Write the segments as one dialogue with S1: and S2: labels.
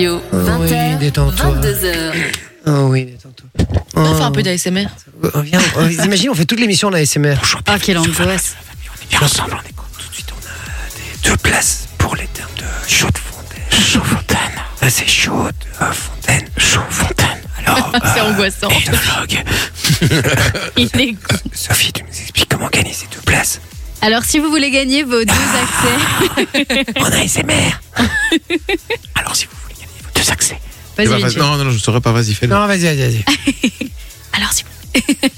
S1: Radio,
S2: Oh
S1: 20h,
S2: oui, détends-toi.
S1: 22h.
S2: Oh oui, détends-toi.
S3: On va
S2: Oh.
S3: faire un peu d'ASMR.
S2: Oh, viens, oh, vous imaginez, on fait toute l'émission en ASMR.
S1: Ah, quelle angoisse.
S4: Bien ensemble, on écoute tout de suite. On a des, deux places pour les termes de chaude fontaine. Chaud fontaine. Euh, C'est chaude euh, fontaine. Chaud fontaine. Alors,
S3: C'est
S4: euh,
S3: angoissant.
S4: et le vlog.
S1: Il est-
S4: Sophie, tu nous expliques comment gagner ces deux places
S1: Alors, si vous voulez gagner vos deux accès,
S4: en ASMR. Alors, si vous voulez gagner vos deux accès,
S5: Eh ben,
S1: vas-y,
S5: vas-
S1: Vinci.
S5: non, non, non, je ne saurais pas, vas-y, fais-le.
S2: Non, vas-y, vas-y, vas-y.
S1: Alors, si vous...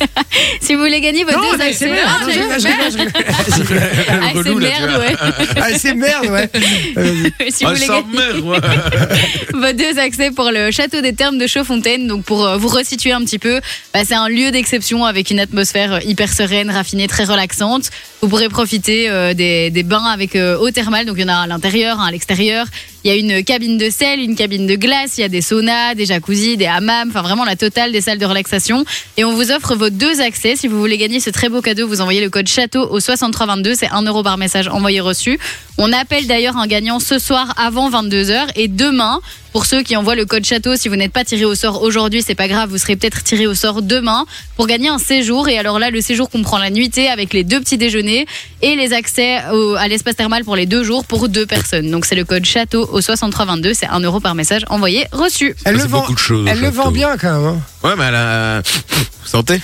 S1: si vous voulez gagner vos
S2: Non,
S1: deux accès,
S2: ASMR,
S1: Ah,
S2: non, je rigole, je rigole, je rigole.
S1: ASMR,
S5: relou, là, tu vois. Ah,
S1: ouais.
S2: ASMR, ouais. Euh,
S1: si vous voulez
S5: ça
S1: gagner
S5: meurt, ouais.
S1: vos deux accès pour le château des Thermes de Chaudfontaine, donc pour euh, vous resituer un petit peu, bah, c'est un lieu d'exception avec une atmosphère euh, hyper sereine, raffinée, très relaxante. Vous pourrez profiter euh, des, des bains avec euh, eau thermale, donc il y en a un à l'intérieur, un à l'extérieur. Il y a une cabine de sel, une cabine de glace, il y a des saunas, des jacuzzis, des hammams, enfin vraiment la totale des salles de relaxation. Et on vous offre vos deux accès. Si vous voulez gagner ce très beau cadeau, vous envoyez le code château au 6322, c'est 1 euro par message envoyé reçu. On appelle d'ailleurs un gagnant ce soir avant 22h et demain, pour ceux qui envoient le code château, si vous n'êtes pas tiré au sort aujourd'hui, c'est pas grave, vous serez peut-être tiré au sort demain pour gagner un séjour. Et alors là, le séjour comprend la nuitée avec les deux petits déjeuners et les accès au- à l'espace thermal pour les deux jours pour deux personnes. Donc c'est le code château au 6322, c'est 1 euro par message envoyé reçu.
S2: Elle le
S5: C'est
S2: vend.
S5: beaucoup de choses.
S2: Elle le
S5: surtout.
S2: vend bien quand même. hein.
S5: Ouais, mais elle a. Vous sentez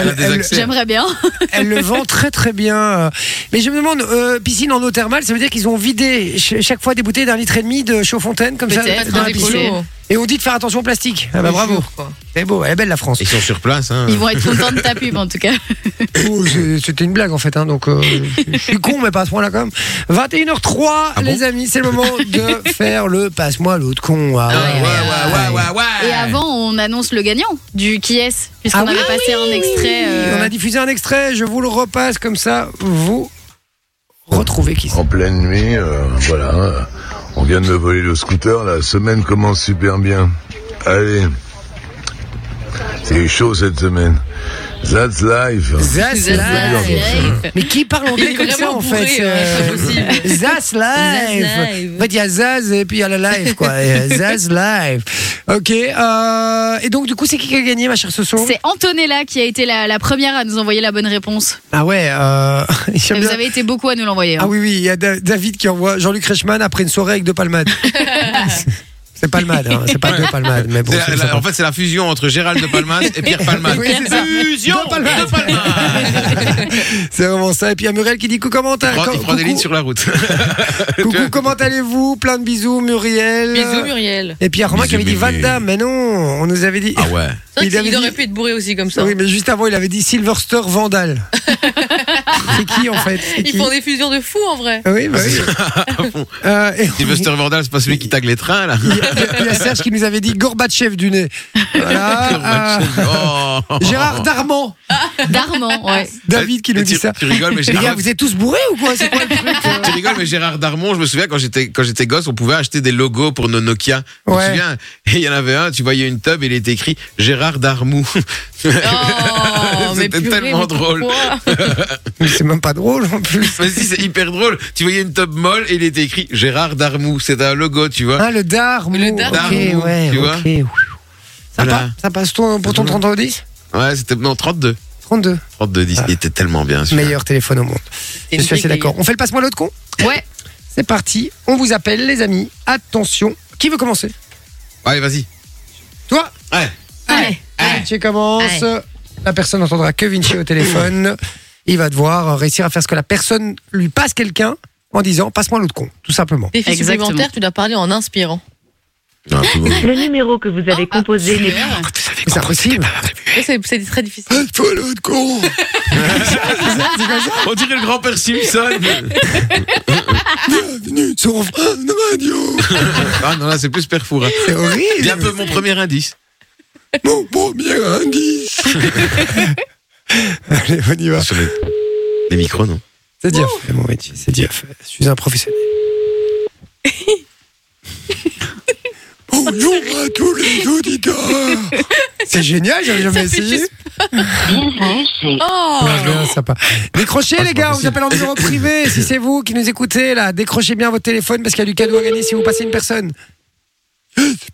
S2: Elle,
S5: a des
S2: elle-
S5: accès.
S1: J'aimerais bien.
S2: elle le vend très très bien. Mais je me demande, euh, piscine en eau thermale, ça veut dire qu'ils ont vidé ch- chaque fois des bouteilles d'un litre et demi de chaud fontaine comme ça
S1: Peut-être,
S2: dans
S1: un
S2: la
S1: des
S2: piscine.
S1: colos.
S2: Et on dit de faire attention au plastique. Ah bah bravo. C'est beau, elle est belle la France.
S5: Ils sont sur place, hein.
S1: Ils vont être contents de ta pub en tout cas.
S2: Oh, c'est- C'était une blague en fait, hein, donc euh, je suis con, mais pas à ce point-là quand même. 21h03,
S5: Ah bon
S2: les amis, c'est le moment de faire le passe-moi l'autre con. Ah,
S5: Ouais, ouais, ouais, ouais, ouais, ouais.
S1: Et avant, on annonce le gagnant du qui est-ce, puisqu'on
S2: Ah oui.
S1: avait passé un extrait. euh,
S2: On a diffusé un extrait, je vous le repasse comme ça, vous retrouvez qui c'est.
S6: En pleine nuit, euh, voilà. euh, On vient de me voler le scooter, la semaine commence super bien. Allez. C'est chaud cette semaine. That's life.
S2: Zas
S1: Zaza
S2: Live.
S1: Live.
S2: Mais qui parle anglais comme ça en fait euh, Zaz Live. En fait, il y a Zaz et puis il y a la live quoi. Et, euh, Zaz Live. Ok. euh, et donc du coup, c'est qui qui a gagné, ma chère Soso
S1: C'est Antonella qui a été la, la première à nous envoyer la bonne réponse.
S2: Ah ouais. Euh,
S1: Et
S2: j'aime
S1: Ah, vous
S2: bien.
S1: avez été beaucoup à nous l'envoyer. hein.
S2: Ah oui, oui, il y a Da- David qui envoie Jean-Luc Reichmann après une soirée avec deux palmades. c'est palmade, hein, c'est pas deux palmades, mais bon.
S5: C'est
S2: c'est
S5: la-
S2: sympa.
S5: en fait, c'est la fusion entre Gérald de Palmas et Pierre Palmas.
S2: Oui, c'est ça.
S5: fusion
S2: Deux Palmas.
S5: de Palmas.
S2: C'est vraiment ça. Et puis il y a Muriel qui dit coucou, comment
S5: Il prend- Il prend des
S2: coucou,
S5: lignes sur la route.
S2: coucou, comment allez-vous Plein de bisous, Muriel.
S3: Bisous Muriel.
S2: Et puis il y a Romain qui
S5: Bisous,
S2: avait dit
S5: Muriel.
S2: Van Damme, mais non, on nous avait dit.
S5: Ah ouais.
S3: C'est vrai
S2: Il
S3: qu'il
S2: avait
S3: aurait
S2: dit-
S3: pu être bourré aussi comme ça.
S2: Oui, mais juste avant, il avait dit Silverster Vandal. c'est qui en fait C'est
S3: Ils
S2: qui
S3: font des fusions de fous en vrai.
S2: Ah Oui, bah oui. Euh, et-
S5: Sylvester Vandal, c'est pas celui qui tague les trains, là.
S2: Il y, a- il y a Serge qui nous avait dit Gorbatchev du nez. Voilà. euh,
S5: Oh.
S2: Gérard Darman.
S1: Darman, ouais.
S2: David qui nous
S5: Et
S2: dit
S5: tu-
S2: ça.
S5: Tu rigoles, mais
S2: Les gars,
S5: Gérard.
S2: vous êtes tous bourrés ou quoi C'est quoi le truc euh
S5: Tu rigoles, mais Gérard Darmon, je me souviens quand j'étais quand j'étais gosse, on pouvait acheter des logos pour nos Nokia. Tu te
S2: Ouais.
S5: souviens Et il y en avait un, tu voyais une tub, il était écrit Gérard Darmou.
S3: Oh, mais
S5: C'était
S3: purée,
S5: tellement
S3: mais
S5: drôle.
S3: pourquoi
S2: Mais C'est même pas drôle en plus.
S5: Mais si, c'est hyper drôle. Tu voyais une tub molle et il était écrit Gérard Darmou. C'était un logo, tu vois.
S2: Hein, le Darmou.
S3: Le
S2: ok,
S5: Darmou,
S2: ouais,
S5: tu
S2: ok.
S5: vois.
S2: Ça,
S5: Voilà.
S2: pa- ça passe ton- pour ton 32 10
S5: Ouais, c'était non 32.
S2: 32.
S5: 32 10. Il était tellement bien. celui-là.
S2: Meilleur téléphone au monde. Je suis assez d'accord. On fait le passe-moi l'autre con
S1: Ouais.
S2: C'est parti. On vous appelle, les amis. Attention. Qui veut commencer
S5: Allez, vas-y.
S2: Toi
S5: Ouais.
S1: Allez.
S2: Allez, Tu commences. La personne entendra que Vinci au téléphone. Il va devoir euh, réussir à faire ce que la personne lui passe quelqu'un en disant passe-moi l'autre con, tout simplement.
S3: Défi
S1: Exactement.
S3: supplémentaire, tu dois parler en inspirant.
S7: Le numéro que vous avez composé n'est
S1: Super.
S2: C'est impossible.
S3: Ça, C'est c'est très difficile.
S2: Passe-moi l'autre con.
S5: On dirait le grand-père Simpson.
S2: Bienvenue sur France Radio.
S5: ah non, là, c'est plus Perfour. hein.
S2: C'est
S5: Dis un
S2: horrible.
S5: peu mon premier indice.
S2: Mon premier indice. Allez, on y va.
S5: Sur les- les micros, non
S2: C'est Diaf, c'est mon métier. C'est Diaf. Je suis un professionnel. Bonjour à tous les auditeurs. C'est génial, j'avais jamais
S3: fait
S2: essayé.
S3: juste Oh
S2: Ouais, bien sympa. Décrochez
S5: Ah,
S2: les
S5: c'est
S2: gars,
S5: pas
S2: on vous appelle en numéro privé. Si c'est vous qui nous écoutez là, décrochez bien votre téléphone parce qu'il y a du cadeau à gagner si vous passez une personne.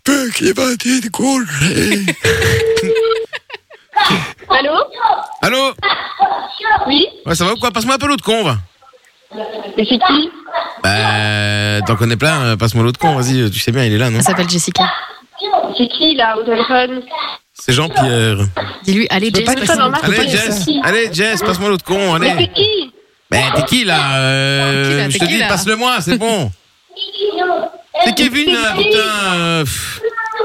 S4: peu Clémentine Congelée.
S8: Allô
S5: Allô
S8: Oui
S5: Ouais, ça va ou quoi Passe-moi un peu l'autre con, va.
S8: Mais c'est qui
S5: Bah, t'en connais plein, euh, passe-moi l'autre con, vas-y, euh, tu sais bien, il est là, non
S1: Elle s'appelle Jessica.
S8: C'est qui là au téléphone
S5: C'est Jean-Pierre.
S1: Dis-lui, allez,
S2: peux
S1: Jess,
S2: pas
S1: passe-
S2: passer-
S5: Allez, Jess, allez, Jess, passe-moi l'autre con,
S8: Mais
S5: allez.
S8: c'est qui
S5: Bah, t'es qui, là euh,
S1: Qui, là,
S5: Je
S1: t'es
S5: te
S1: qui,
S5: dis,
S1: là
S5: passe-le moi, c'est bon. C'est Kevin, là, putain. euh, pff.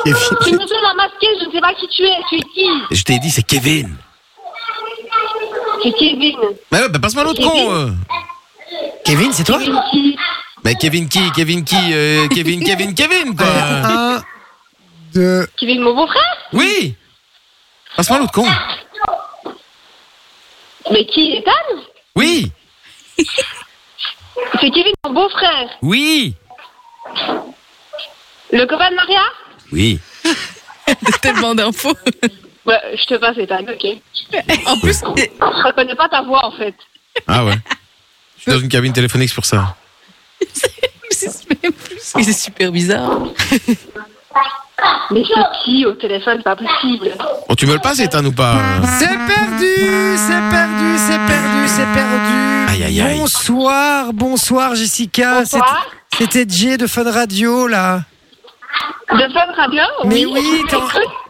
S8: Tu me fais la masquer, je ne sais pas qui tu es, tu es qui
S5: Je t'ai dit, c'est Kevin.
S8: C'est Kevin.
S5: Bah, ouais, bah passe-moi l'autre con. euh.
S2: Kevin, c'est toi
S8: Kevin qui
S5: Bah, Kevin qui Kevin qui euh, Kevin, Kevin, Kevin, quoi.
S2: Un, deux.
S8: Kevin, mon beau-frère
S5: Oui Passe-moi l'autre con.
S8: Mais qui Ethan
S5: Oui
S8: C'est Kevin, mon beau-frère.
S5: Oui
S8: Le copain de Maria
S5: Oui.
S3: Tellement d'infos.
S8: Ouais, je te passe Ethan, ok.
S3: En plus, t'es-
S8: Je reconnais pas ta voix en fait.
S5: Ah ouais. Je suis dans une cabine téléphonique c'est pour ça.
S3: il est super bizarre.
S8: Mais c'est qui au téléphone Pas possible.
S2: Ah,
S5: Bon, Oh, tu me le passes, Ethan, ou pas euh
S2: C'est perdu, c'est perdu, c'est perdu, c'est perdu.
S5: Aïe, aïe, aïe.
S2: Bonsoir, bonsoir Jessica.
S8: Bonsoir.
S2: C'était c'était Jay de Fun Radio là.
S8: De Fun Radio
S2: Mais oui, t'es en-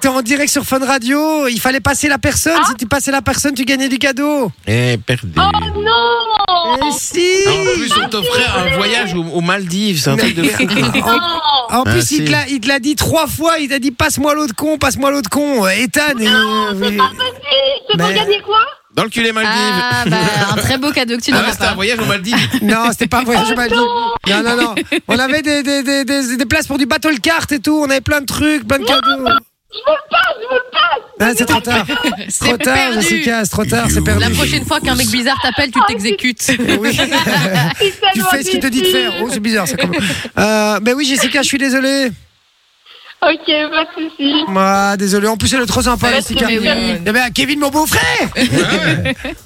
S2: t'es en, direct sur Fun Radio. Il fallait passer la personne. Si tu passais la personne, tu gagnais du cadeau.
S5: Eh, perdu.
S8: Oh non
S2: Et si
S5: Ah, En plus, on t'offrait un voyage aux, aux Maldives, c'est un truc de fou. quoi.
S8: Non
S2: En plus,
S5: Ah, si.
S2: il te l'a- il te l'a dit trois fois. Il t'a dit passe-moi l'autre con, passe-moi l'autre con. Euh, Ethan. euh, oui.
S8: Eh, C'est pour
S2: Mais-
S8: gagner quoi
S5: Dans le cul, les Maldives.
S1: Ah, bah, un très beau cadeau que tu
S5: Ah ouais,
S1: n'auras
S5: c'était un
S1: pas.
S5: voyage aux Maldives.
S2: Non, c'était pas un voyage magique. Non, non, non. On avait des, des, des, des, des places pour du battle kart et tout. On avait plein de trucs, plein de cadeaux. Ah, c'est trop tard. Trop tard,
S1: perdu.
S2: Jessica, c'est trop tard, c'est perdu. Eh
S3: La prochaine fois qu'un mec bizarre t'appelle, tu t'exécutes.
S2: Oui.
S8: C'est
S2: Ah, tu
S8: tellement
S2: fais ce qu'il te dit de faire.
S8: difficile.
S2: Oh, c'est bizarre, ça. Comme... Euh, mais oui, Jessica, je suis désolé.
S8: Ok, pas de soucis.
S2: Ah, désolé. En plus, elle est trop sympa,
S8: Mais
S2: Jessica.
S8: oui.
S2: Eh ben, Kevin, mon beau-frère.
S5: Ah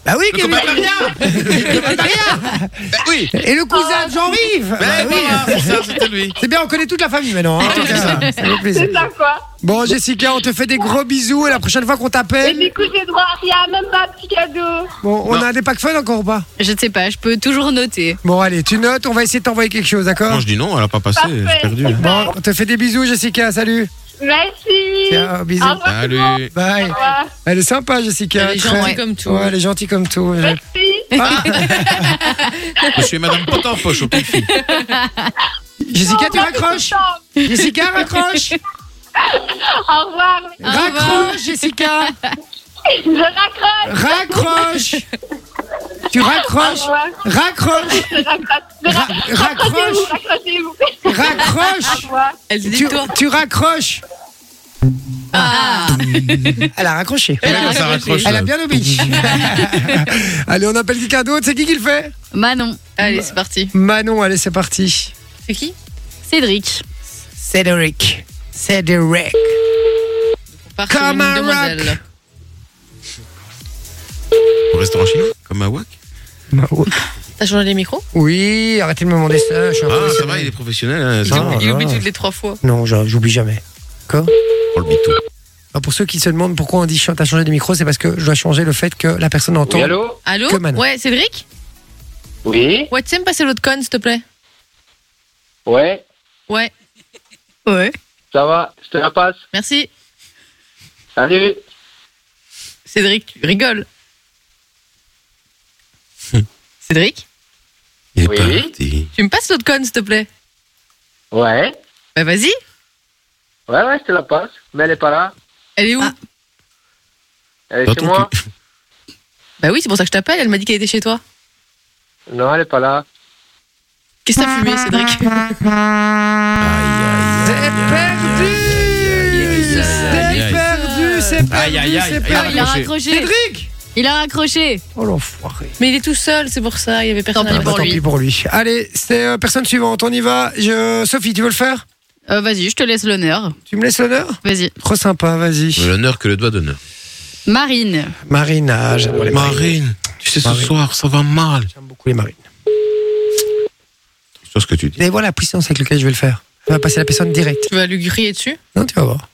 S2: Bah oui,
S5: Le
S2: Kevin.
S5: copain de Maria. Le copain de Maria. Bah oui.
S2: Et le cousin de Jean-Yves.
S5: Bah,
S2: Bah oui.
S5: voilà, c'est ça, c'était lui.
S2: C'est bien, on connaît toute la famille maintenant. hein. Ça fait plaisir.
S8: C'est ça quoi.
S2: Bon, Jessica, on te fait des gros bisous et la prochaine fois qu'on
S8: Et
S2: t'appelle,
S8: du coup, j'ai droit à rien, même pas un petit cadeau.
S2: bon, on
S5: Non.
S2: a des packs fun encore ou pas
S1: Je ne sais pas, je peux toujours noter.
S2: Bon, allez, tu notes, on va essayer de t'envoyer quelque chose,
S5: Non,
S2: d'accord
S5: je dis non, elle a pas passé, j'ai
S8: Parfait.
S5: perdu. hein.
S2: Bon, on te fait des bisous, Jessica, salut.
S8: Merci.
S2: Ciao, bisous.
S8: Au revoir, tout le monde.
S5: Salut.
S8: Au
S2: Bye.
S8: revoir.
S2: Elle est sympa, Jessica.
S3: Elle est
S2: Ah, très-
S3: gentille comme tout.
S2: Ouais, elle est gentille comme tout. Ah, ouais.
S8: Merci.
S5: Monsieur et Madame Potin poche au petit fille.
S2: Jessica, tu
S8: Au revoir, tout
S2: raccroches
S8: le monde.
S2: Jessica, raccroche
S8: Au revoir.
S2: Raccroche, Jessica
S8: Je raccroche.
S2: Raccroche Tu raccroches
S8: Au revoir.
S2: Raccroche
S8: Je raccroche. Je
S2: Ra-
S8: raccroche.
S2: Raccroche
S8: Raccrochez-vous. Au
S2: Raccroche
S8: revoir.
S3: Elle se dit
S2: tu,
S3: toi.
S2: tu raccroches
S3: Ah,
S2: Elle a raccroché.
S5: Et là, quand ça raccroche,
S2: Elle a
S5: là,
S2: bien obéi. allez, on appelle quelqu'un d'autre. C'est qui qui le fait
S1: Manon,
S3: allez, c'est parti.
S2: Manon, allez, c'est parti.
S3: C'est qui
S1: Cédric.
S2: Cédric. Cédric.
S3: Part sur
S2: Comme
S3: une
S2: un
S3: demoiselle.
S2: rock.
S5: Au restaurant chinois, comme à Wak.
S3: T'as changé les micros
S2: oh, Oui, arrêtez de me demander ça. Je suis un
S5: Ah, ça
S2: professionnel.
S5: va, il est professionnel. hein, ça
S2: Ah,
S5: va.
S3: Il oublie
S2: ah.
S3: toutes les trois fois.
S2: Non, je- j'oublie jamais. D'accord
S5: Oh, le bitou.
S2: Ah, Pour ceux qui se demandent pourquoi on dit ch- t'as changé de micro, c'est parce que je dois changer le fait que la personne entend.
S9: Oui, allô
S3: Allô
S2: Que Manon.
S3: Ouais, Cédric
S9: Oui
S3: Ouais, tu sais me passer l'autre con, s'il te plaît
S9: Ouais,
S3: Ouais. Ouais.
S9: ça va, je te la passe.
S3: Merci.
S9: Salut
S3: Cédric, tu rigoles. Cédric,
S5: Il est
S9: Oui.
S5: parti.
S3: tu me passes l'autre con, s'il te plaît
S9: Ouais,
S3: Bah vas-y.
S9: ouais, ouais, je te la passe. Mais elle est pas là.
S3: Elle est où
S9: Elle est
S5: Dans
S9: chez
S5: ton
S9: moi
S5: cul.
S3: Bah oui, c'est pour ça que je t'appelle. Elle m'a dit qu'elle était chez toi.
S9: Non, elle est pas là.
S3: Qu'est-ce que t'as fumé, Cédric
S2: C'est perdu C'est perdu C'est
S5: Aïe, aïe,
S2: perdu
S5: aïe,
S2: C'est
S1: Ah,
S5: aïe, aïe.
S2: perdu
S1: il a
S5: raccroché.
S1: raccroché.
S2: Cédric
S1: Il a raccroché.
S2: Oh l'enfoiré.
S3: Mais il est tout seul, c'est pour ça. Il y avait personne.
S1: Tant pis
S3: à la
S2: Bah,
S1: pour
S2: tant
S3: maison.
S1: lui.
S2: pis pour lui. Allez, c'est euh, personne suivante, on y va. Je... Sophie, tu veux le faire
S1: Euh, Vas-y, je te laisse l'honneur.
S2: Tu me laisses l'honneur
S1: Vas-y.
S2: Trop sympa, vas-y.
S5: L'honneur que le doigt d'honneur.
S1: Marine.
S2: Marina, j'aime les marines.
S5: Marine, tu sais, ce
S2: Marine.
S5: soir, ça va mal.
S2: J'aime beaucoup les marines.
S5: C'est ce que tu dis.
S2: Et voilà la puissance avec laquelle je vais le faire. On va passer la personne direct.
S3: Tu vas lui griller dessus
S2: Non, tu vas voir.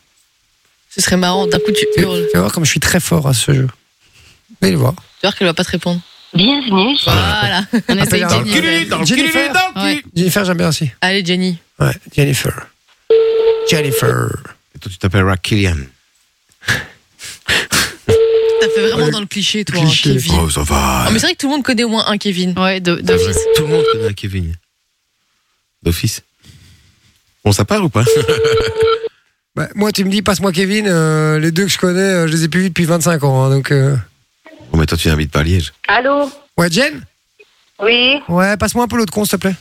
S3: Ce serait marrant. D'un coup, tu
S2: Tu,
S3: hurles.
S2: tu vas voir comme je suis très fort à ce jeu. Vous allez le voir.
S3: Tu vas voir qu'elle va pas te répondre.
S7: Bienvenue chez
S3: Voilà.
S1: On essaye
S2: Appelle-la.
S1: de
S5: Dans le
S1: dire.
S5: cul, dans le cul,
S2: Jennifer.
S5: dans le cul.
S1: Ouais.
S2: Jennifer, j'aime bien aussi.
S3: Allez, Jenny.
S2: Ouais, Jennifer. Jennifer.
S5: Et toi, tu t'appelleras Kylian.
S3: T'as fait vraiment
S2: Ouais,
S3: dans le cliché, toi, hein,
S2: cliché.
S3: Kevin.
S5: Oh, ça va.
S3: Ah, mais c'est vrai que tout le monde connaît au moins un Kevin.
S1: Ouais, de-
S2: Ah,
S1: d'office.
S5: Tout le monde connaît un Kevin. D'office. Bon, ça part ou pas
S2: Bah, moi, tu me dis, passe-moi Kevin. euh, les deux que je connais, euh, je les ai plus vus depuis 25 ans. hein, donc, euh.
S5: Bon, mais toi, tu n'invites pas Liège.
S8: Allô
S2: Ouais, Jen
S8: Oui
S2: Ouais, passe-moi un peu l'eau de con, s'il te plaît.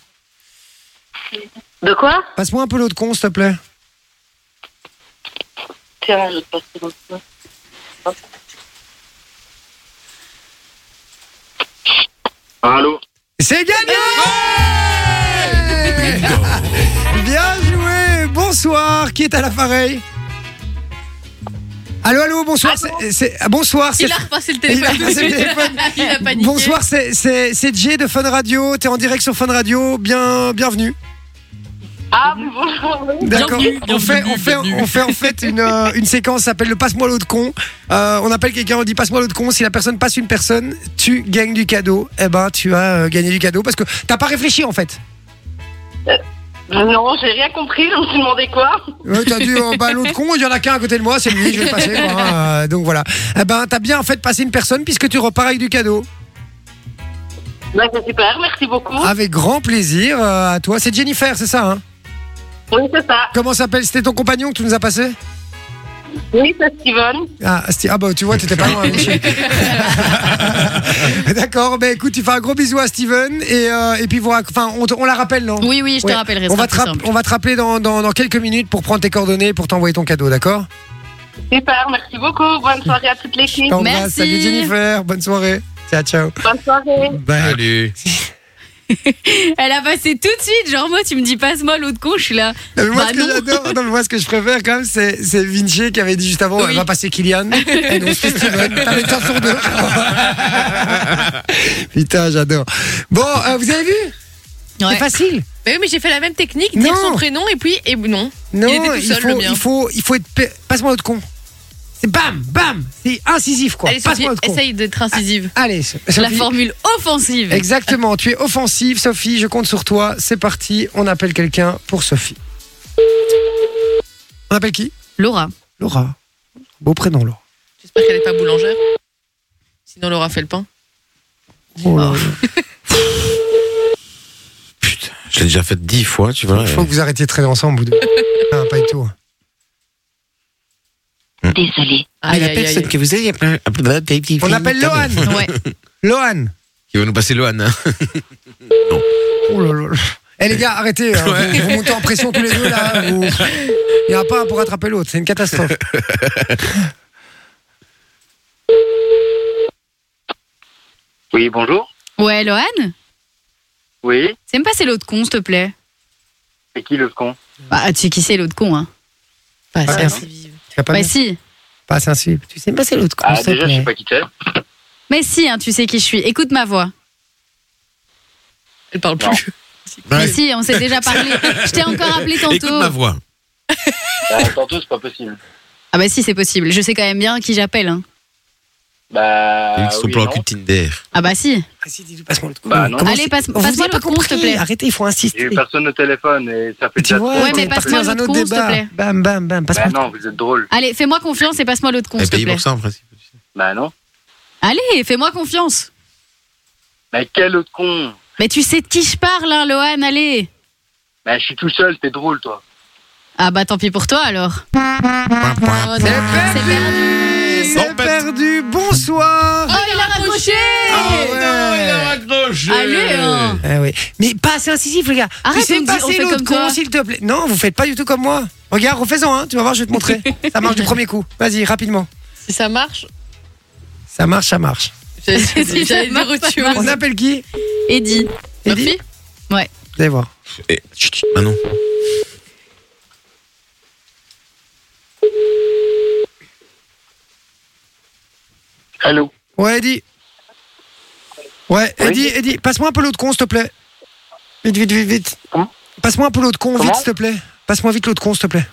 S8: De quoi
S2: Passe-moi un peu l'eau de con, s'il te plaît.
S8: Tiens, je vais te passer mon truc.
S9: Allô
S2: C'est gagné Bien joué Bonsoir, qui est à l'appareil Allô, allô, bonsoir. c'est- c'est- ah, bonsoir, c'est.
S3: Il a repassé le
S2: Il a
S3: téléphone. tout de
S2: repassé le
S3: suite.
S2: téléphone.
S3: Il a paniqué.
S2: Bonsoir, c'est- c'est c'est Jay de Fun Radio. T'es en direct sur Fun Radio. Bien, bienvenue.
S8: Ah, oui, bonjour. oui.
S2: D'accord.
S10: Bienvenue,
S2: On fait,
S10: bienvenue,
S2: on fait,
S10: bienvenue.
S2: on fait en fait une, euh, une séquence qui s'appelle le passe-moi l'eau de con. Euh, on appelle quelqu'un, on dit passe-moi l'eau de con. Si la personne passe une personne, tu gagnes du cadeau. Eh ben, tu as euh, gagné du cadeau parce que t'as pas réfléchi en fait.
S8: Non, j'ai rien compris, je me suis demandé quoi.
S2: Ouais, t'as dit, oh, bah, l'autre con, il y en a qu'un à côté de moi, c'est lui, je vais le passer. quoi, hein, euh, donc voilà. Eh ben, t'as bien en fait passé une personne puisque tu repars avec du cadeau.
S8: Bah, c'est super, merci
S1: Oh.
S8: beaucoup.
S2: Avec grand plaisir euh, à toi. C'est Jennifer, c'est ça hein
S8: Oui, c'est ça.
S2: Comment s'appelle C'était ton compagnon que tu nous as passé
S8: Oui, c'est Steven.
S2: ah, Sti- ah, bah tu vois, t'étais pas loin. monsieur. D'accord, bah écoute, tu fais un gros bisou à Steven et, euh, et puis voilà, enfin, on, te- on la rappelle, non
S1: Oui, oui, je
S2: Ouais.
S1: te rappellerai. ce
S2: on
S1: sera
S2: va, te
S1: plus
S2: rapp-
S1: simple.
S2: on va te rappeler dans, dans, dans quelques minutes pour prendre tes coordonnées, pour t'envoyer ton cadeau, d'accord
S8: Super, merci beaucoup. Bonne soirée à toute l'équipe.
S2: T'embrasse, Salut
S1: Merci.
S2: Jennifer, bonne soirée. Ciao, ciao.
S8: Bonne soirée.
S2: Bye.
S5: Salut.
S1: Elle a passé tout de suite. Genre, moi, tu me dis, passe-moi l'eau de con, je suis là.
S2: Non, mais moi,
S1: Bah
S2: ce que
S1: non.
S2: j'adore, non, mais moi, ce que je préfère quand même, c'est, c'est Vinci qui avait dit juste avant,
S1: Oui.
S2: elle va passer Kylian. et non, c'est Steven. T'avais une chance sur deux. Putain, j'adore. Bon, euh, vous avez vu
S1: Ouais.
S2: C'est facile.
S3: Mais Bah oui, mais j'ai fait la même technique, dire
S2: Non.
S3: son prénom et puis et non.
S2: Non,
S3: était tout seul,
S2: faut,
S3: le mien.
S2: il faut, il faut être. pa- Passe-moi l'autre con. C'est bam, bam. C'est incisif, quoi.
S3: Allez, Sophie,
S2: Passe-moi l'autre con.
S3: essaye d'être incisive.
S2: Allez, so-
S1: La
S2: Sophie.
S1: formule offensive.
S2: Exactement. Tu es offensive, Sophie. Je compte sur toi. C'est parti. On appelle quelqu'un pour Sophie. On appelle qui
S1: Laura.
S2: Laura. Beau prénom, Laura.
S3: J'espère qu'elle n'est pas boulangère. Sinon, Laura fait le pain.
S2: Oh là là.
S5: Putain, je l'ai déjà fait dix fois, tu vois.
S2: Il faut que vous arrêtiez de traîner ensemble, vous deux. Ah, pas du tout.
S7: Désolé.
S3: Aïe, aïe, aïe.
S5: que vous avez
S2: On appelle Lohan.
S1: Ouais.
S2: Lohan.
S5: Qui va nous passer Lohan. hein.
S2: Oh là là. Eh les gars, arrêtez. hein. Vous, vous montez en pression tous les deux là. Vous- Il n'y en a pas un pour rattraper l'autre. C'est une catastrophe.
S9: Oui, bonjour.
S1: Ouais, Lohan,
S9: Oui,
S1: c'est me passer l'eau de con, s'il te plaît.
S9: c'est qui le con
S1: Bah, tu sais qui c'est l'eau de con, hein.
S3: Pas
S2: Ah,
S3: assez
S2: merde.
S3: incisive.
S2: Tu vas pas
S1: bah,
S2: bien.
S1: si.
S2: Passe un slip. Tu sais pas c'est l'autre.
S9: Ah,
S2: s'il te
S9: déjà, je
S2: plaît.
S9: sais pas qui c'est.
S1: Mais si, hein, tu sais qui je suis. Écoute ma voix.
S3: Elle parle
S9: Non.
S3: plus.
S1: Mais
S5: Ouais.
S1: si, on s'est déjà parlé. Je t'ai encore appelé
S5: Écoute ma
S1: tantôt.
S5: voix.
S9: Ah, tantôt, c'est pas possible.
S1: Ah, bah si, c'est possible. Je sais quand même bien qui j'appelle. Hein.
S9: Bah.
S5: Ils sont
S9: oui,
S5: pas en
S9: non.
S5: cul Tinder.
S1: Ah, bah si.
S2: Ah, si, dis-lui, passe-moi l'autre.
S9: Bah, non.
S2: Comment
S1: Allez,
S2: c'est-
S1: passe-
S2: Vous
S1: passe-moi
S2: avez pas
S1: l'autre con, s'il te
S2: compris.
S1: plaît.
S2: Arrêtez, il faut
S9: J'ai
S2: insister.
S9: eu personne au téléphone et ça fait
S2: Tu
S9: déjà.
S2: vois,
S1: Ouais, mais
S2: t'es parti
S1: passe-moi
S2: dans un
S1: l'autre
S2: autre
S1: con, s'il te
S2: débat.
S1: plaît.
S2: Bam, bam, bam. Passe-moi.
S9: Bah non, vous êtes drôle.
S1: Allez, fais-moi confiance et passe-moi l'autre
S2: Eh,
S1: con,
S5: Elle
S1: s'il te
S5: est payée
S1: plaît.
S5: pour ça, en principe.
S9: Bah non.
S1: Allez, fais-moi confiance.
S9: Mais quel autre con
S1: Mais tu sais de qui je parle, hein, Lohan, allez.
S9: Bah je suis tout seul, t'es drôle toi.
S1: Ah, bah tant pis pour toi alors.
S5: Ah,
S1: Oh,
S2: C'est
S1: C'est
S2: perdu.
S1: perdu.
S2: C'est
S5: ben,
S2: perdu. Bonsoir.
S1: Oh, il a raccroché
S2: Oh.
S5: raccroché
S1: Ah Allez, hein.
S2: Ah oui. Mais pas assez incisif, les gars.
S1: Arrête,
S2: tu sais
S1: on dit-
S2: passer
S1: on fait
S2: l'autre
S1: comme
S2: con,
S1: toi.
S2: s'il te plaît. Non, vous faites pas du tout comme moi. Regarde, refais-en, hein. tu vas voir, je vais te montrer. ça marche du premier coup. Vas-y, rapidement.
S3: Si ça marche,
S2: Ça marche, ça marche.
S3: j'allais
S1: Si ça
S3: j'allais dire
S1: marche,
S3: autre
S1: ça
S3: chose.
S1: marche.
S2: On appelle qui
S1: Eddie.
S2: Eddie
S3: Sophie
S2: Vous allez voir.
S5: Eh, chut, chut, Manon.
S9: Allô
S2: Ouais, Eddie. Ouais,
S9: Oui.
S2: Eddie, Eddie, passe-moi un peu l'eau de con, s'il te plaît. Vite, vite, vite, vite.
S9: Comment
S2: Passe-moi un peu l'eau de con,
S9: Hein? Comment
S2: vite, s'il te plaît. Passe-moi vite l'autre con, s'il te plaît.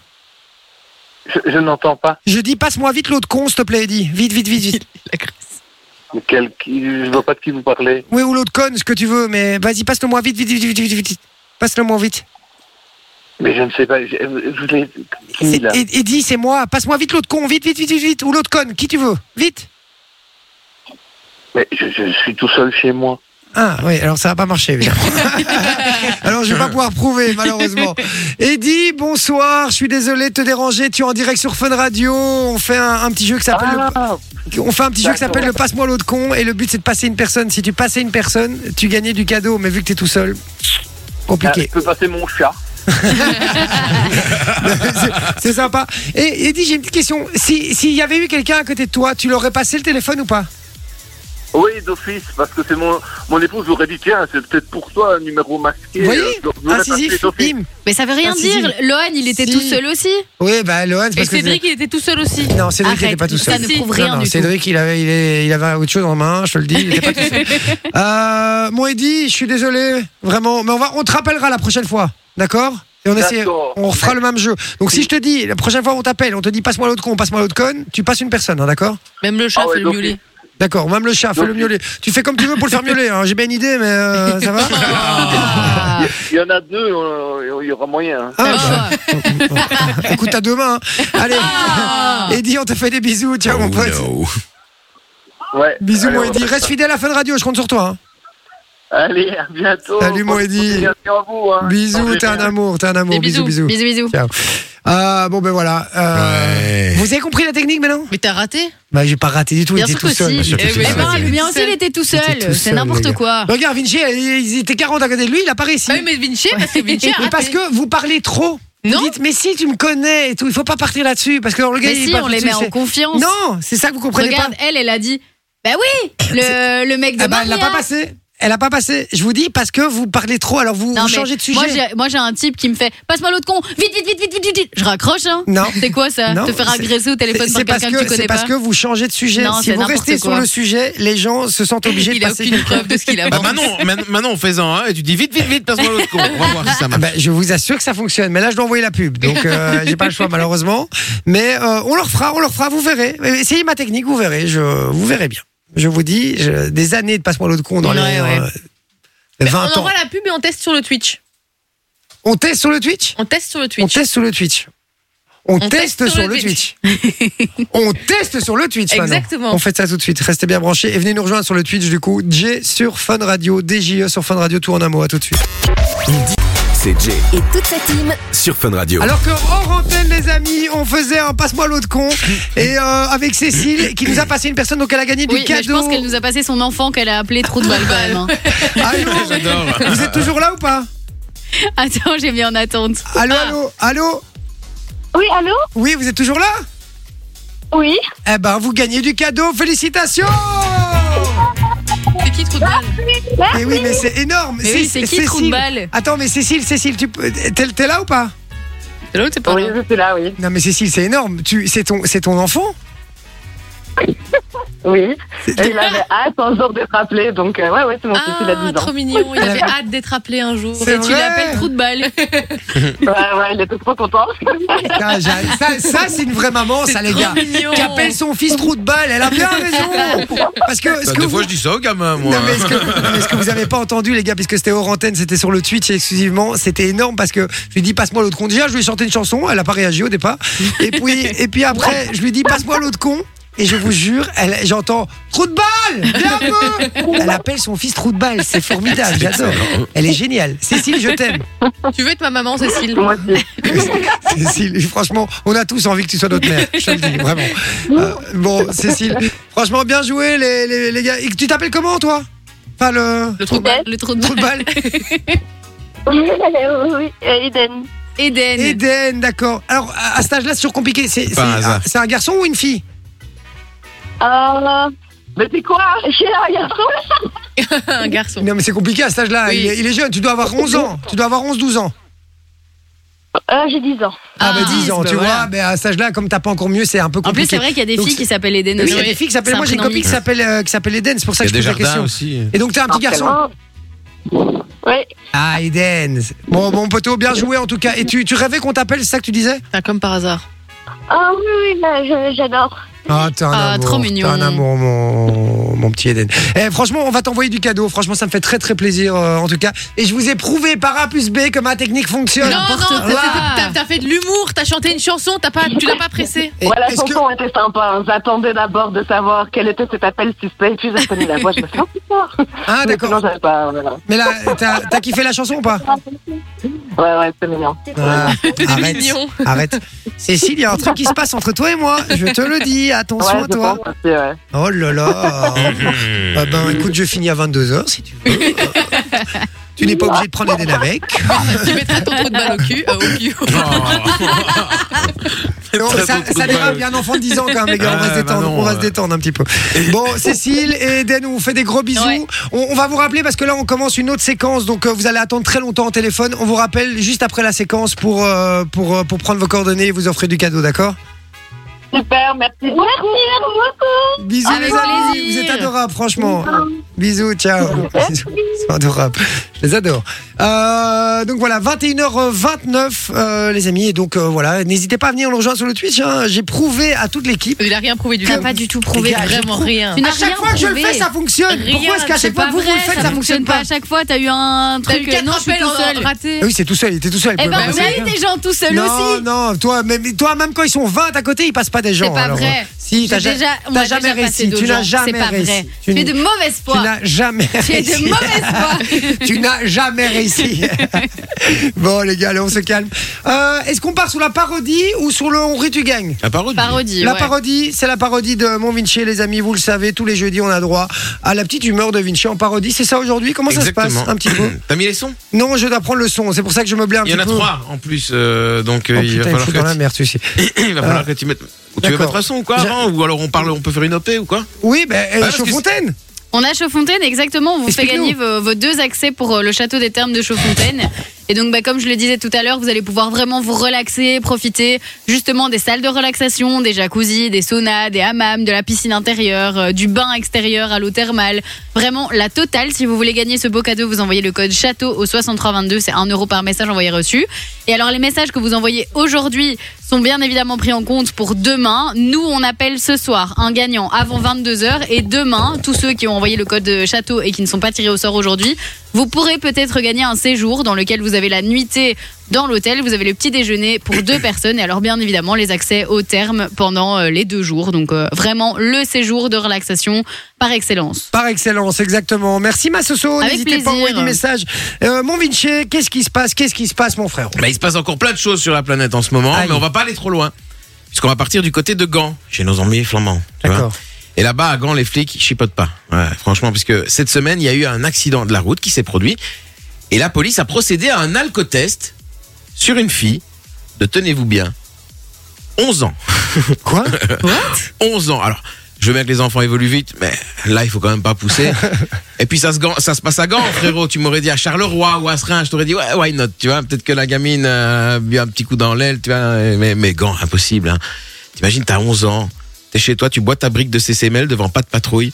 S9: Je, je n'entends pas.
S2: Je dis, passe-moi vite l'autre con, s'il te plaît, Eddy. Vite, vite, vite, vite.
S9: Mais quel- qui- Je vois pas de qui vous parlez.
S2: Oui, ou l'autre conne, ce que tu veux, mais vas-y, passe-le-moi vite, vite, vite, vite, vite, vite, vite. Passe-le-moi vite.
S9: Mais je ne sais pas. je- vous avez- qui,
S2: C'est-
S9: là
S2: Ed- Eddy, c'est moi. Passe-moi vite l'autre con, vite, vite, vite, vite, vite. Ou l'autre conne, qui tu veux. Vite.
S9: Mais je, je suis tout seul chez moi.
S2: Ah oui, alors ça va pas marcher, évidemment. alors je vais pas pouvoir prouver, malheureusement. Eddy, bonsoir, je suis désolé de te déranger, tu es en direct sur Fun Radio, on fait un, un petit jeu qui s'appelle le-
S9: Ah,
S2: on fait un petit jeu qui
S9: D'accord.
S2: s'appelle le passe-moi l'autre con et le but c'est de passer une personne. Si tu passais une personne, tu gagnais du cadeau, mais vu que t'es tout seul, compliqué.
S9: ben, je peux passer mon chat.
S2: C'est- c'est sympa. Et Eddy, j'ai une petite question. Si- S'il y avait eu quelqu'un à côté de toi, tu l'aurais passé le téléphone ou pas
S9: Oui, d'office, parce que c'est mon, mon épouse aurait dit tiens, c'est peut-être pour toi un numéro masqué.
S2: Oui,
S9: Euh, je l'aurais passé
S2: Incisif,
S9: d'office.
S2: bim.
S1: Mais ça veut rien
S2: Ah, si,
S1: dire. Lohan, il était
S2: Si.
S1: tout seul aussi.
S2: Oui, bah Lohan, c'est
S3: Et
S2: parce que.
S3: Cédric, il était tout seul aussi.
S2: Non, Cédric n'était
S1: Arrête,
S2: pas tout seul.
S1: ça ne prouve
S2: Non,
S1: rien
S2: non,
S1: du tout.
S2: Cédric, il avait, il, est- il avait autre chose en main, je te le dis. Il était pas tout seul. Euh, mon Eddy, je suis désolé, vraiment. Mais on, va, on te rappellera la prochaine fois, d'accord Et on, essaie,
S9: D'accord.
S2: on refera le même jeu. Donc si je te dis, la prochaine fois on t'appelle, on te dit passe-moi l'autre con, passe-moi l'autre conne, tu passes une personne, hein, d'accord
S3: Même le chat
S9: Ah ouais,
S3: fait le
S9: donc-
S3: miauler.
S2: D'accord, même le chat, fais-le
S9: Donc-
S2: miauler. Tu fais comme tu veux pour le faire miauler, hein. j'ai bien une idée, mais euh, ça va
S1: Ah.
S9: Il y en a deux, euh, il y aura moyen. hein.
S2: Ah, bah, Écoute, à demain. Allez,
S1: Ah.
S2: Eddy, on te fait des bisous, ciao
S5: Oh
S2: mon pote.
S9: Ouais.
S2: Ah, Bisous,
S9: Allez,
S2: mon
S9: on
S2: Eddy.
S9: fait
S2: Reste
S9: ça.
S2: fidèle à Fun Radio, je compte sur toi. hein.
S9: Allez, à bientôt.
S2: Salut, mon Eddy.
S9: Bonne continuation à vous, hein.
S2: Bisous, t'es un amour, t'es un amour.
S3: Des
S2: Bisous, bisous.
S3: bisous.
S1: Bisous, bisous.
S2: Ciao. Ah, bon, ben voilà. Euh,
S5: Ouais.
S2: Vous avez compris la technique maintenant
S3: Mais t'as raté
S2: Bah, j'ai pas raté du tout, il
S3: Bien
S2: était
S3: sûr
S2: tout
S3: que
S2: seul.
S3: si.
S2: monsieur,
S3: Eh
S2: tout
S3: oui,
S2: seul.
S3: bah
S1: Ah, le mien aussi, il était tout
S2: était tout
S1: seul. C'est
S2: seul, les
S1: n'importe
S2: gars.
S1: quoi.
S2: Regarde, Vinci, euh, ils étaient 40 à côté de lui, il a pas réussi.
S3: Bah oui, mais Vinci, parce que Vinci a
S2: Mais parce
S3: raté.
S2: que vous parlez trop.
S3: Non.
S2: Vous dites, mais si tu me connais et tout, il faut pas partir là-dessus. Parce que alors, le gars,
S1: Mais
S2: il
S1: si,
S2: part
S1: on les
S2: là-dessus,
S1: met en
S2: c'est-
S1: confiance.
S2: Non, c'est ça que vous comprenez
S1: Regarde,
S2: pas.
S1: elle, elle a dit Bah oui, le, le mec de
S2: Ah bah, elle l'a
S1: Maria.
S2: pas passé. Elle a pas passé. Je vous dis parce que vous parlez trop, alors vous,
S1: Non,
S2: vous
S1: mais
S2: changez de sujet.
S1: Moi, j'ai- Moi, j'ai un type qui me fait Passe-moi l'autre con, vite, vite, vite, vite, vite, vite, vite. Je raccroche, hein.
S2: Non.
S1: C'est quoi ça
S2: Non,
S1: Te faire
S2: c'est-
S1: agresser au téléphone
S2: C'est- c'est
S1: par
S2: parce
S1: quelqu'un que tu
S2: c'est
S1: connais
S2: parce
S1: pas
S2: que vous changez de sujet.
S1: Non,
S2: si
S1: c'est
S2: vous restez
S1: n'importe
S2: sur
S1: quoi.
S2: le sujet, les gens se sentent obligés
S3: Il
S2: de
S3: a
S2: passer.
S3: aucune preuve de ce qu'il a
S5: Bah
S3: vendu.
S5: maintenant, man- maintenant, on fait-en un et tu dis vite, vite, vite, passe-moi l'autre con. On va voir si ça
S2: Ah
S5: marche.
S2: bah, je vous assure que ça fonctionne, mais là je dois envoyer la pub, donc euh, j'ai pas le choix malheureusement. Mais euh, on leur fera, on leur fera, vous verrez. Mais Essayez ma technique, vous verrez, je, vous verrez bien. Je vous dis, je- des années de passe-moi l'autre con dans les
S3: Ouais, ouais.
S2: euh, 20
S3: On
S2: ans.
S3: envoie la pub et on teste sur le Twitch.
S2: On teste sur le Twitch.
S3: On teste sur le
S2: On
S3: Twitch.
S2: teste sur le Twitch. On, teste, sur le Twitch. on teste sur le Twitch maintenant.
S3: Exactement.
S2: On fait ça tout de suite. Restez bien branchés et venez nous rejoindre sur le Twitch du coup. J sur Fun Radio, DJE sur Fun Radio, tout en un mot. À tout de suite.
S10: C'est Jay
S11: Et toute sa team.
S10: sur Fun Radio.
S2: Alors que hors antenne, les amis, on faisait un passe-moi l'autre con. Et euh, avec Cécile, qui nous a passé une personne, donc elle a gagné
S1: Oui,
S2: du
S1: mais je
S2: cadeau.
S1: pense qu'elle nous a passé son enfant qu'elle a
S2: Ah,
S1: appelé Trou de balle quand même. hein.
S2: Allô
S5: Ah bah, J'adore.
S2: Vous êtes toujours là ou pas
S1: Attends, j'ai mis en attente.
S2: Allô, allô, allô
S8: Oui, allô
S2: Oui, vous êtes toujours là
S8: Oui.
S2: Eh ben, vous gagnez du cadeau. Félicitations
S3: C'est qui trop de balle
S2: Mais Eh oui, mais c'est énorme.
S1: Mais oui, c'est qui Trou de
S2: Cécile.
S1: balle
S2: Attends, mais Cécile, Cécile, tu peux- t'es t'es là ou pas
S3: C'est là ou t'es pas
S9: Oui,
S3: là
S9: je suis là, oui.
S2: Non, mais Cécile, c'est énorme. Tu, c'est ton, c'est ton enfant.
S7: Oui. Et il avait hâte un jour d'être appelé, donc euh, ouais, ouais, c'est mon fils, il a 10
S3: Ah,
S7: ans.
S3: trop mignon. Il avait hâte d'être appelé un jour.
S2: C'est
S3: Et tu
S2: vrai.
S3: l'appelles Trou de balle.
S7: Ouais, ouais, il était trop content.
S2: Putain, j'a- ça, ça, c'est une vraie maman, ça, les gars.
S3: mignon.
S2: Qui appelle son fils trou de balle. Elle a bien raison. Parce que, ce
S5: Bah,
S2: que
S5: Des
S2: vous-
S5: fois, je dis ça aux gamins, moi. hein.
S2: Non, mais ce que, non, mais ce que vous avez pas entendu, les gars, puisque c'était hors antenne, c'était sur le Twitch exclusivement, c'était énorme parce que je lui dis passe-moi l'autre con. Déjà, je lui ai chanté une chanson, elle a pas réagi au départ. Et puis, et puis après, je lui dis passe-moi l'autre con. Et je vous jure, elle- j'entends trou de balle, viens un peu. Elle appelle son fils trou de balle, c'est formidable, j'adore. Elle est géniale. Cécile, je t'aime.
S3: Tu veux être ma maman, Cécile
S7: Moi aussi.
S2: Cécile, franchement, on a tous envie que tu sois notre mère. Je te le dis, vraiment. Euh, bon, Cécile, franchement, bien joué, les, les, les gars. Et tu t'appelles comment, toi Enfin, le.
S3: Le trou de balle. Le trou de
S2: Trou de balle.
S8: Oui, oui, euh, Eden.
S1: Eden.
S2: Eden, d'accord. Alors, à à cet âge-là, c'est toujours compliqué. C'est c'est-
S5: Par hasard.
S2: ah, c'est un garçon ou une fille
S8: Euh,
S7: Mais c'est quoi
S8: j'ai un garçon.
S3: balle. Un garçon.
S2: Non, mais c'est compliqué à cet âge-là.
S3: Oui.
S2: Il, est- il est jeune. Tu dois avoir 11 ans. Tu dois avoir 11-12 ans.
S8: Euh, j'ai 10 ans.
S2: Ah,
S3: Ah,
S2: bah 10 ans,
S3: bah
S2: tu
S3: voilà.
S2: vois. Mais à cet âge-là, comme t'as pas encore mieux, c'est un peu
S1: En plus,
S2: compliqué.
S1: c'est vrai qu'il y a des
S2: Donc,
S1: filles
S2: c'est-
S1: qui s'appellent Eden
S2: Oui,
S1: aussi.
S2: il y a des filles qui s'appellent.
S1: C'est un
S2: Moi, j'ai une
S1: prénom
S2: copine qui
S1: mixte.
S2: s'appelle euh, qui s'appelle Eden. C'est pour ça
S5: Il y
S2: que
S5: a
S2: je pose la
S5: Desjardins
S2: question.
S5: aussi.
S2: Et donc, t'es un petit garçon.
S7: Forcément. Ouais.
S2: Ah, Eden. Bon, bon poteau, bien joué en tout cas. Et tu, tu rêvais qu'on t'appelle, c'est ça que tu disais
S3: Ah, comme par hasard.
S8: Ah oui, oui, là, je- j'adore.
S2: Ah, t'es un
S1: Ah,
S2: amour.
S1: trop
S2: t'es
S1: mignon.
S2: un amour, mon, mon petit Eden. Eh, franchement, on va t'envoyer du cadeau. Franchement, ça me fait très très plaisir euh, en tout cas. Et je vous ai prouvé par A plus B que ma technique
S3: Non,
S2: fonctionne.
S3: non,
S1: n'importe
S3: t'as-
S1: quoi.
S3: t'as- t'as- t'as fait de l'humour, t'as chanté une chanson, t'as pas, tu l'as pas pressé.
S2: Et
S7: Voilà,
S2: est-ce
S7: son
S2: que-
S7: son était sympa. hein. J'attendais d'abord de savoir quel était cet appel suspect. Puis j'ai reconnu la voix, je me suis dit, oh, putain.
S2: Ah,
S7: Mais sinon,
S2: d'accord.
S7: j'avais pas. Voilà.
S2: Mais là, t'as t'as kiffé la chanson ou pas
S7: Ouais, ouais, c'est mignon.
S2: Ah,
S3: C'est
S2: Arrête.
S3: mignon.
S2: Arrête. Cécile, il y a un truc qui se passe entre toi et moi. Je te le dis.
S7: Ouais,
S2: Attention à
S7: je
S2: toi.
S7: pense aussi, ouais.
S2: Oh là là.
S5: Eh
S2: Ah ben, écoute, je finis à 22h si tu veux. tu n'es pas obligé de prendre Eden avec.
S3: Tu mettras ton trou de balle au cul. euh, au cul.
S5: Ah,
S2: Non,
S5: Très
S2: ça,
S5: bon coup de
S2: ça dérape,
S5: balle.
S2: il y a un enfant de 10 ans quand même, les gars. on va
S5: Ah,
S2: se détendre,
S5: bah non,
S2: on va se
S5: euh.
S2: détendre un petit peu. Bon, Cécile et Eden, on vous fait des gros bisous.
S1: Ouais.
S2: On, on va vous rappeler parce que là, on commence une autre séquence. Donc, euh, vous allez attendre très longtemps au téléphone. On vous rappelle juste après la séquence pour, euh, pour, euh, pour prendre vos coordonnées et vous offrir du cadeau, d'accord
S7: Super, merci.
S8: Merci, merci beaucoup.
S2: Bisous,
S1: Avec
S2: les amis.
S1: plaisir.
S2: Vous êtes adorables, franchement. Bisous, ciao. Bisous. Ils sont adorables. Je les adore. Euh, donc voilà, 21h29, euh, les amis. Et donc euh, voilà, n'hésitez pas à venir nous rejoindre sur le Twitch. hein. J'ai prouvé à toute l'équipe.
S3: Il a rien prouvé du
S1: T'as
S3: tout.
S1: pas du tout prouvé.
S2: Les gars, j'ai
S3: Vraiment
S2: prou-
S3: rien.
S1: Tu n'as
S2: À chaque
S1: rien
S2: fois que je le
S1: prouvé.
S2: fais, ça fonctionne.
S1: Rien,
S2: Pourquoi est-ce qu'à
S1: c'est
S2: chaque fois
S1: pas
S2: que vous, vous
S1: vrai,
S2: le faites, ça fonctionne pas
S1: À chaque fois, t'as eu un
S3: T'as
S1: truc.
S3: eu 4
S1: non, je suis
S3: appels
S1: tout seul.
S3: en- ratés.
S2: Ah Oui, c'est tout seul, il était tout seul. il
S1: Eh
S2: pouvait pas
S1: ben, on a
S2: faire.
S1: eu des gens tout seuls
S2: non,
S1: aussi.
S2: non, toi même, toi, même quand ils sont 20 à côté, ils passent pas des gens.
S1: C'est pas
S2: alors,
S1: vrai.
S2: euh, Si,
S1: J'ai
S2: t'as ja-
S1: déjà, on
S2: t'as
S1: a
S2: jamais
S1: déjà passé
S2: réussi.
S1: d'autres
S2: Tu n'as
S1: gens.
S2: jamais
S1: C'est pas
S2: réussi.
S1: vrai.
S2: Tu
S1: Tu es
S2: n'es-
S1: de mauvaise
S2: Tu
S1: foi.
S2: n'as jamais
S1: Tu es de
S2: réussi.
S1: mauvaise foi.
S2: Tu n'as jamais réussi. bon, les gars, allez, on se calme. Euh, Est-ce qu'on part sur la parodie ou sur le on rit, tu gagnes
S5: La parodie.
S1: Parodie.
S2: La
S1: ouais.
S2: parodie, c'est la parodie de Mon Vinci, les amis, vous le savez, tous les jeudis on a droit à la petite humeur de Vinci en parodie. C'est ça aujourd'hui Comment ça se
S5: Exactement.
S2: passe Un petit peu
S5: T'as mis les sons
S2: Non, je dois prendre le son, c'est pour ça que je me blais un
S5: Il y
S2: petit
S5: en a
S2: peu.
S5: trois en plus, euh, donc euh,
S2: Oh,
S5: il,
S2: putain, il me
S5: va falloir
S2: fout
S5: que
S2: dans la merde, celui
S5: tu... il va falloir que tu mettes. Ou Tu veux
S2: D'accord.
S5: mettre un son ou quoi avant Ou alors on parle, on peut faire une OP ou quoi
S2: Oui, ben, euh,
S5: Ah, parce que
S2: Chaudfontaine.
S1: On a Chaudfontaine, exactement. On vous fait
S2: Explique-nous.
S1: gagner vos, vos deux accès pour euh, le château des Thermes de Chaudfontaine. Et donc, bah, comme je le disais tout à l'heure, vous allez pouvoir vraiment vous relaxer, profiter justement des salles de relaxation, des jacuzzis, des saunas, des hammams, de la piscine intérieure, euh, du bain extérieur à l'eau thermale. Vraiment la totale. Si vous voulez gagner ce beau cadeau, vous envoyez le code château au 6322. C'est 1 euro par message envoyé reçu. Et alors, les messages que vous envoyez aujourd'hui sont bien évidemment pris en compte pour demain. Nous, on appelle ce soir un gagnant avant 22h et demain, tous ceux qui ont envoyé le code euh, château et qui ne sont pas tirés au sort aujourd'hui, vous pourrez peut-être gagner un séjour dans lequel vous avez la nuitée dans l'hôtel, vous avez le petit déjeuner pour deux personnes et alors bien évidemment les accès au terme pendant euh, les deux jours. Donc euh, vraiment le séjour de relaxation par excellence.
S2: Par excellence, exactement. Merci ma Soso,
S1: Avec
S2: n'hésitez pas à
S1: plaisir.
S2: envoyer des messages. Euh, mon Vinci, qu'est-ce qui se passe Qu'est-ce qui se passe, mon frère
S5: Bah, il se passe encore plein de choses sur la planète en ce moment,
S2: Allez.
S5: mais on va pas aller trop loin. Puisqu'on va partir du côté de Gand, chez nos amis flamands. tu vois.
S2: D'accord.
S5: Et là-bas, à Gand, les flics chipotent pas. Ouais, franchement, puisque cette semaine, il y a eu un accident de la route qui s'est produit. Et la police a procédé à un alcotest sur une fille de, tenez-vous bien, 11 ans.
S2: Quoi
S5: 11 ans. Alors, je veux bien que les enfants évoluent vite, mais là, il faut quand même pas pousser. Et puis, ça se, gan- ça se passe à Gand, frérot. Tu m'aurais dit à Charleroi ou à Serein, je t'aurais dit, ouais, why not, tu vois. Peut-être que la gamine euh, a bu un petit coup dans l'aile, tu vois. Mais, mais Gand, impossible, hein. T'imagines, t'as 11 ans. T'es chez toi, tu bois ta brique de CCML devant pas de patrouille.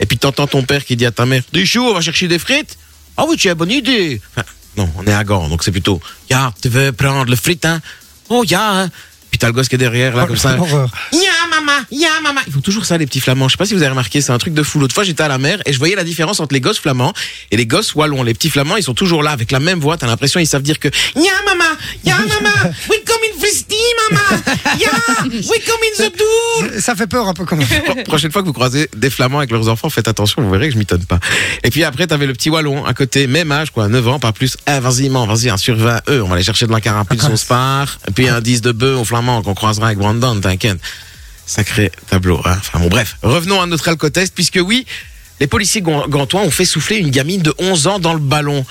S5: Et puis, t'entends ton père qui dit à ta mère, du chou, on va chercher des frites. Ah oui, tu as bonne idée. Enfin, non, on est à Gand, donc c'est plutôt, ya, tu veux prendre le frites, hein. Oh, ya, hein. Puis t'as le gosse qui est derrière, là,
S2: Oh,
S5: comme ça.
S2: l'horreur.
S5: Ya maman, ya maman. Ils font toujours ça les petits flamands. Je sais pas si vous avez remarqué, c'est un truc de fou. L'autre fois j'étais à la mer et je voyais la différence entre les gosses flamands et les gosses wallons. Les petits flamands ils sont toujours là avec la même voix. T'as l'impression ils savent dire que ya maman, ya maman, we come in Fristi maman, ya, we come in the door.
S2: Ça fait peur un peu quand même.
S5: Pro- prochaine fois que vous croisez des flamands avec leurs enfants, faites attention, vous verrez que je m'étonne pas. Et puis après, t'avais le petit wallon à côté, même âge, quoi, 9 ans, pas plus. Eh, vas-y, man, vas-y, un sur 20, eux, on va aller chercher de la carapulce, on se part. Et puis un 10 de bœuf au flamand qu'on croisera avec Brandon, t'inquiète. Sacré tableau, hein. Enfin bon, bref. Revenons à notre alcotest, puisque oui, les policiers gon- gantois ont fait souffler une gamine de 11 ans dans le ballon.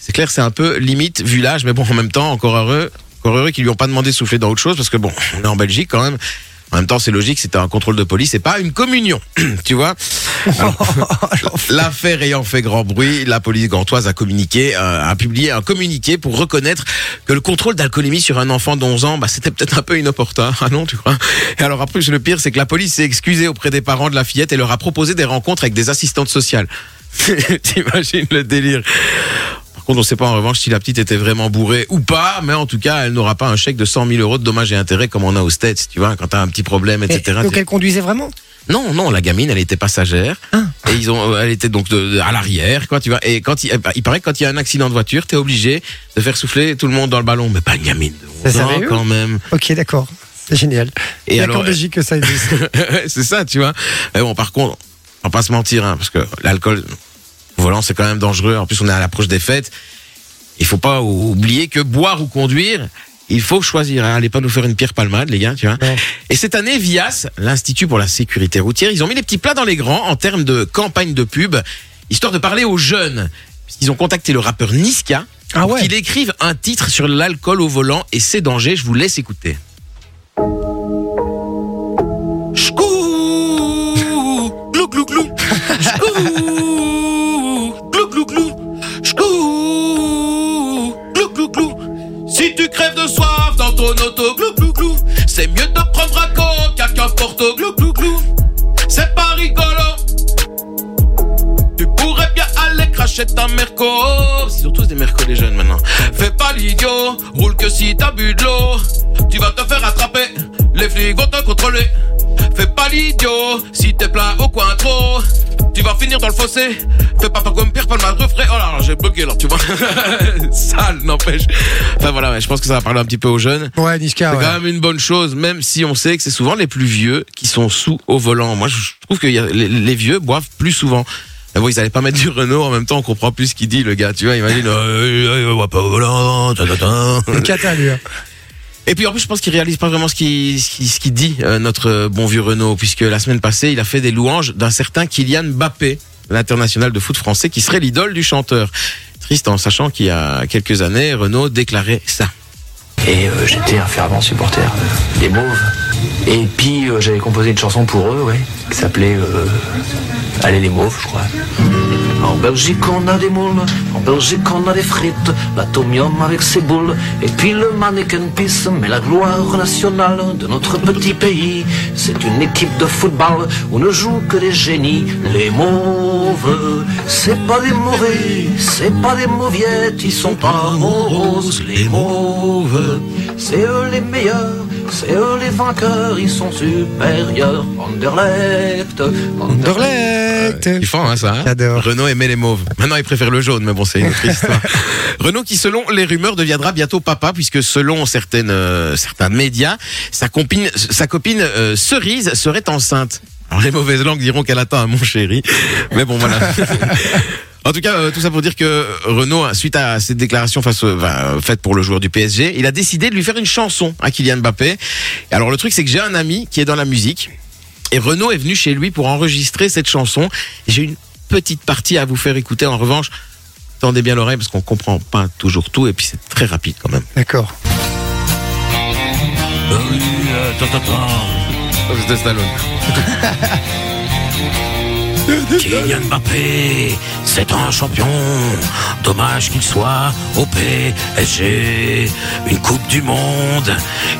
S5: C'est clair, c'est un peu limite vu l'âge, mais bon, en même temps, encore heureux, encore heureux qu'ils lui ont pas demandé de souffler dans autre chose, parce que bon, on est en Belgique quand même. En même temps, c'est logique, c'était un contrôle de police et pas une communion, tu vois. L'affaire ayant fait grand bruit, la police gantoise a communiqué, euh, a publié un communiqué pour reconnaître que le contrôle d'alcoolémie sur un enfant de 11 ans, bah, c'était peut-être un peu inopportun. Ah non, tu crois Et alors après, le pire, c'est que la police s'est excusée auprès des parents de la fillette et leur a proposé des rencontres avec des assistantes sociales. T'imagines le délire. Par contre, on ne sait pas en revanche si la petite était vraiment bourrée ou pas, mais en tout cas, elle n'aura pas un chèque de 100 000 euros de dommages et intérêts comme on a aux States, tu vois, quand t'as un petit problème,
S2: Et-
S5: etc.
S2: donc
S5: t'es-
S2: elle conduisait vraiment
S5: Non, non, la gamine, elle était passagère. Et ils ont, elle était donc de- de- à l'arrière, quoi, tu vois. Et quand il, eh ben, il paraît que quand il y a un accident de voiture, t'es obligé de faire souffler tout le monde dans le ballon, mais pas une gamine. de
S2: C'est
S5: 11 ans,
S2: sérieux
S5: quand même.
S2: Ok, d'accord. C'est génial.
S5: Et
S2: Il y a
S5: alors,
S2: qu'en Belgique que ça existe.
S5: c'est ça, tu vois. Mais bon, par contre, on va pas se mentir, hein, parce que l'alcool au volant, c'est quand même dangereux. En plus, on est à l'approche des fêtes. Il faut pas ou- oublier que boire ou conduire, il faut choisir. hein. Allez pas nous faire une pierre palmade, les gars, tu vois. Et cette année, Vias, l'Institut pour la sécurité routière, ils ont mis les petits plats dans les grands en termes de campagne de pub, histoire de parler aux jeunes. Ils ont contacté le rappeur Niska
S2: Ah
S5: pour
S2: ouais.
S5: qu'il écrive un titre sur l'alcool au volant et ses dangers. Je vous laisse écouter. J'cou, glou glou glou. J'cou, glou glou glou. J'cou, glou glou glou. Si tu crèves de soif dans ton auto, glou glou glou, c'est mieux de prendre un coca qu'un porto, glou glou glou. C'est pas rigolo. Tu pourrais bien aller cracher ta merco. Ils sont tous des mercos les jeunes maintenant. Fais pas l'idiot, roule que si t'as bu de l'eau. Tu vas te faire attraper, les flics vont te contrôler. Fais pas l'idiot, si t'es plein au coin trop. Tu vas finir dans le fossé. Fais pas peur comme Pierre Palmade, refrais. Oh là là, j'ai bugué là, tu vois. Sale, n'empêche. Enfin voilà, ouais, je pense que ça va parler un petit peu aux jeunes.
S2: Ouais, Niska.
S5: C'est
S2: Ah ouais.
S5: quand même une bonne chose, même si on sait que c'est souvent les plus vieux qui sont sous au volant. Moi, je trouve que y a- les, les vieux boivent plus souvent. Mais bon, ils allaient pas mettre du Renault en même temps, on comprend plus ce qu'il dit, le gars. Tu vois, imagine, euh, on va pas au volant, ta, ta, ta.
S2: Une cata, lui. hein.
S5: Et puis en plus, je pense qu'il réalise pas vraiment ce qu'il ce qu'il- ce qu'il dit, euh, notre euh, bon vieux Renault, puisque la semaine passée, il a fait des louanges d'un certain Kylian Mbappé, l'international de foot français, qui serait l'idole du chanteur. Triste en sachant qu'il y a quelques années, Renault déclarait ça.
S11: Et euh, j'étais un fervent supporter euh, des Mauves. Et puis euh, j'avais composé une chanson pour eux, ouais, qui s'appelait euh, Allez les Mauves, je crois. En Belgique on a des moules, en Belgique on a des frites, la tom yum avec ses boules, et puis le mannequin pisse. Mais la gloire nationale de notre petit pays, c'est une équipe de football où ne jouent que des génies. Les Mauves, c'est pas des mauvais, c'est pas des mauviettes, ils sont pas moroses. Les Mauves, c'est eux les meilleurs, c'est eux les vainqueurs, ils sont supérieurs. Anderlecht,
S5: Ah
S2: Anderlecht.
S5: Ils font hein, ça. hein.
S2: J'adore.
S5: Renault aimait les mauves. Maintenant, il préfère le jaune, mais bon, c'est une autre histoire. Renault qui, selon les rumeurs, deviendra bientôt papa, puisque selon certaines, euh, certains médias, sa copine, sa copine euh, Cerise serait enceinte. Alors, les mauvaises langues diront qu'elle atteint un mon chéri. Mais bon, voilà. En tout cas, euh, tout ça pour dire que Renault, suite à cette déclaration face, au- enfin, euh, faite pour le joueur du PSG, il a décidé de lui faire une chanson à Kylian Mbappé. Alors le truc, c'est que j'ai un ami qui est dans la musique et Renault est venu chez lui pour enregistrer cette chanson. J'ai une petite partie à vous faire écouter. En revanche, tendez bien l'oreille parce qu'on comprend pas toujours tout et puis c'est très rapide quand même.
S2: D'accord.
S5: De Stallone.
S4: Kylian Mbappé, c'est un champion. Dommage qu'il soit au PSG. Une Coupe du Monde,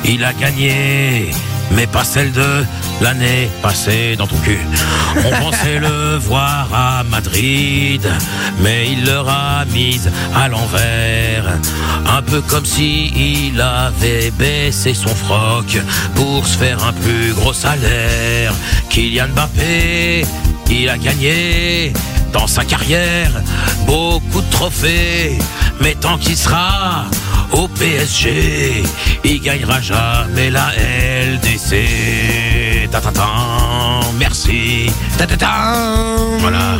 S4: il a gagné. Mais pas celle de l'année passée dans ton cul. On pensait le voir à Madrid, mais il leur a mise à l'envers. Un peu comme si il avait baissé son froc pour se faire un plus gros salaire. Kylian Mbappé, il a gagné dans sa carrière beaucoup de trophées, mais tant qu'il sera au PSG, il gagnera jamais la LDC. Ta ta ta, merci. Ta ta ta.
S2: Mmh,
S4: Voilà.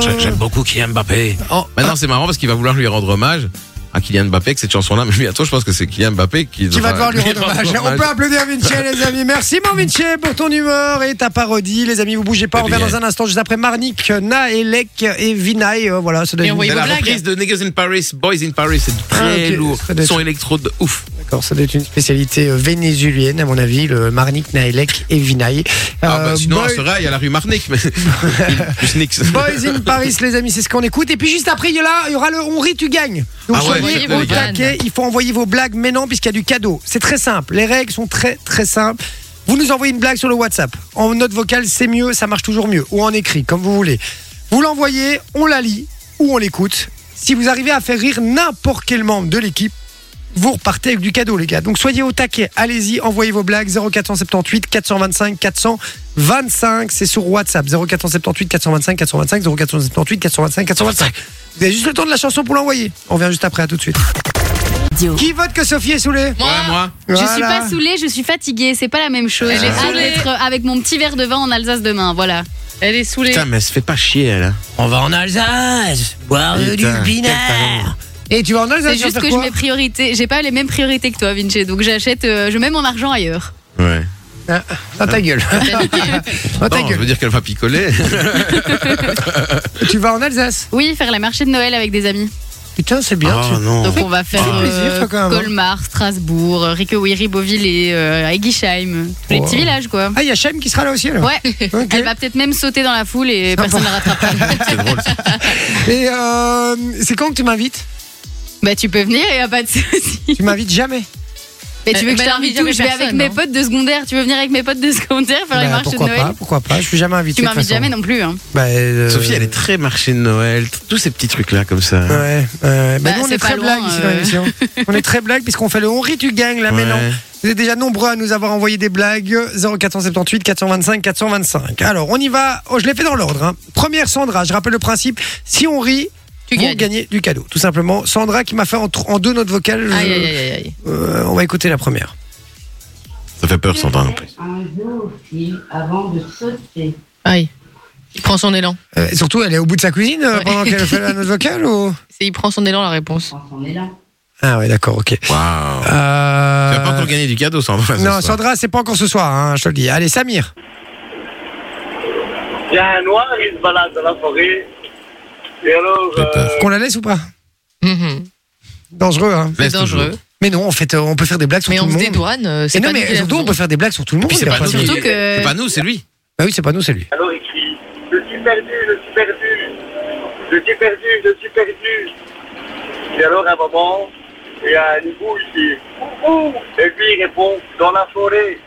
S4: J'ai- J'aime beaucoup Kylian Mbappé.
S2: Oh, ah,
S5: Maintenant, c'est marrant parce qu'il va vouloir lui rendre hommage à Kylian Mbappé avec cette chanson-là. Mais bientôt, je pense que c'est Kylian Mbappé qui,
S2: Qui va devoir lui rendre hommage. On peut
S5: hommage.
S2: applaudir Vinci, les amis. Merci, mon Vinci, pour ton humeur et ta parodie. Les amis, vous bougez pas. On revient dans un instant, juste après Marnik, Naelek et Vinay. Euh, Voilà, ça donne
S3: Et
S2: une-
S3: envoyez-
S5: C'est la
S3: Vos blagues.
S5: reprise de Niggas in Paris, Boys in Paris, c'est très
S2: Ah, ok.
S5: lourd.
S2: Ça doit être-
S5: Son électro de ouf.
S2: D'accord, ça doit être une spécialité euh, vénézuélienne, à mon avis, le Marnik, Naelek et Vinay.
S5: Ah bah,
S2: Euh,
S5: sinon,
S2: Boy-
S5: à Serail, il y a la rue Marnik, mais plus Nix.
S2: Boys in Paris, les amis, c'est ce qu'on écoute. Et puis juste après, il y, a là- il y aura le On rit, tu gagnes. Donc
S5: Ah ouais,
S2: soyez
S5: oui,
S2: au
S5: oui.
S2: taquet. Il faut envoyer vos blagues maintenant, puisqu'il y a du cadeau. C'est très simple. Les règles sont très, très simples. Vous nous envoyez une blague sur le WhatsApp. En note vocale, c'est mieux, ça marche toujours mieux. Ou en écrit, comme vous voulez. Vous l'envoyez, on la lit ou on l'écoute. Si vous arrivez à faire rire n'importe quel membre de l'équipe, vous repartez avec du cadeau, les gars. Donc soyez au taquet, allez-y, envoyez vos blagues 0478 425 425. C'est sur WhatsApp 0478 425 425 0478 425 425. Vous avez juste le temps de la chanson pour l'envoyer. On revient juste après, à tout de suite. Qui vote que Sophie est saoulée
S3: Moi,
S5: moi.
S1: Je suis pas saoulée, je suis fatiguée, c'est pas la même chose.
S3: Elle
S1: J'ai
S3: est
S1: hâte
S3: saoulée.
S1: d'être avec mon petit verre de vin en Alsace demain, voilà.
S3: Elle est saoulée.
S5: Putain, mais elle se fait pas chier, elle. hein.
S4: On va en Alsace, boire
S5: Putain,
S4: du
S5: quel
S4: pinard.
S5: talent.
S2: Et tu vas en Alsace
S1: C'est
S2: tu vas
S1: juste
S2: faire
S1: que
S2: quoi
S1: je mes priorités, j'ai pas les mêmes priorités que toi, Vinci, donc j'achète, euh, je mets mon argent ailleurs.
S5: Ouais.
S2: Dans ta gueule. Dans Oh, ta
S5: Non, je
S2: gueule.
S5: veux dire qu'elle va picoler.
S2: Tu vas en Alsace
S1: Oui, faire les marchés de Noël avec des amis.
S2: Putain, c'est bien. tu-
S5: oh non.
S1: Donc on va faire
S2: fait plaisir,
S1: euh,
S2: Ah, ça, quand même, hein.
S1: Colmar, Strasbourg, euh, Riquewiri, Beauvillé, euh, Eggesheim, tous les
S2: Wow.
S1: petits villages quoi.
S2: Ah, il y a Shem qui sera là aussi alors.
S1: Ouais,
S2: Ok.
S1: elle va peut-être même sauter dans la foule et
S2: Sympa.
S1: personne ne la rattrapera.
S5: C'est drôle. ça.
S2: Et euh, c'est quand que tu m'invites
S1: bah tu peux venir, y a pas de souci.
S2: Tu m'invites jamais.
S1: Mais tu veux
S3: Mais
S1: que je
S3: Bah, elle
S1: t'invite où
S3: invite
S1: Je vais
S3: jamais
S1: avec
S3: personne,
S1: mes
S3: hein.
S1: potes de secondaire. Tu veux venir avec mes potes de secondaire faire les
S2: Bah,
S1: marchés de
S2: pourquoi
S1: Noël
S2: pas Pourquoi pas Je suis jamais invité.
S1: Tu
S2: de toute
S1: m'invites
S2: façon.
S1: jamais non plus. Hein.
S2: Bah, euh,
S5: Sophie, elle est très marché de Noël, t- tous ces petits trucs-là comme ça.
S2: Ouais, ouais. Bah,
S1: Bah,
S2: nous, on
S1: c'est
S2: est
S1: pas
S2: très
S1: loin,
S2: blague ici dans
S1: euh.
S2: l'émission. on est très blague puisqu'on fait le on rit, tu gagnes là
S5: Ouais.
S2: maintenant. Vous êtes déjà nombreux à nous avoir envoyé des blagues. 0478 425 425. Alors, on y va. Oh, je l'ai fait dans l'ordre. hein. Première Sandra, je rappelle le principe. Si on rit,
S3: Tu
S2: vous
S3: gagnes.
S2: gagnez du cadeau. Tout simplement. Sandra qui m'a fait en, tr- en deux notes vocales. je-
S3: Aïe, aïe, aïe, aïe, aïe.
S2: Euh, on va écouter la première.
S5: Ça fait peur, Sandra, en plus.
S8: Un jour, fil avant de sauter.
S3: Aïe. Il prend son élan.
S2: Euh, et surtout, elle est au bout de sa cuisine euh,
S3: Ouais.
S2: pendant qu'elle fait la note vocale ou
S3: C'est il prend son élan la réponse.
S8: Quand on est là.
S2: Ah ouais, d'accord, ok.
S5: Waouh.
S2: Euh,
S5: Tu vas pas encore gagner du cadeau, Sandra. ce
S2: non,
S5: soir.
S2: Sandra, c'est pas encore ce soir, hein, je te le dis. Allez, Samir.
S9: Il y a un noir, il se balade dans la forêt. Et alors,
S5: J'ai peur.
S2: Qu'on la laisse ou pas
S3: Mhm.
S2: Dangereux, hein.
S3: C'est
S5: Laisse
S3: dangereux.
S5: toujours.
S2: Mais non, en fait, euh, on peut faire des blagues sur
S3: Mais
S2: tout
S3: on
S2: le
S3: se
S2: monde.
S3: dédouane. euh,
S2: Et
S3: C'est
S2: non,
S3: pas
S2: mais
S3: nous,
S2: surtout, on peut faire des blagues sur tout le monde.
S5: Puis c'est
S2: y a
S5: pas,
S2: pas
S5: nous
S2: de-
S5: qui-
S1: Surtout que-
S5: c'est pas nous, c'est lui.
S2: Bah oui, c'est pas nous, c'est lui.
S9: euh, alors il crie Je suis perdu, je suis perdu, je suis perdu, je suis perdu. Et alors, à un moment, il y a un hibou qui Ouh, ouh Et lui, il répond Dans la forêt.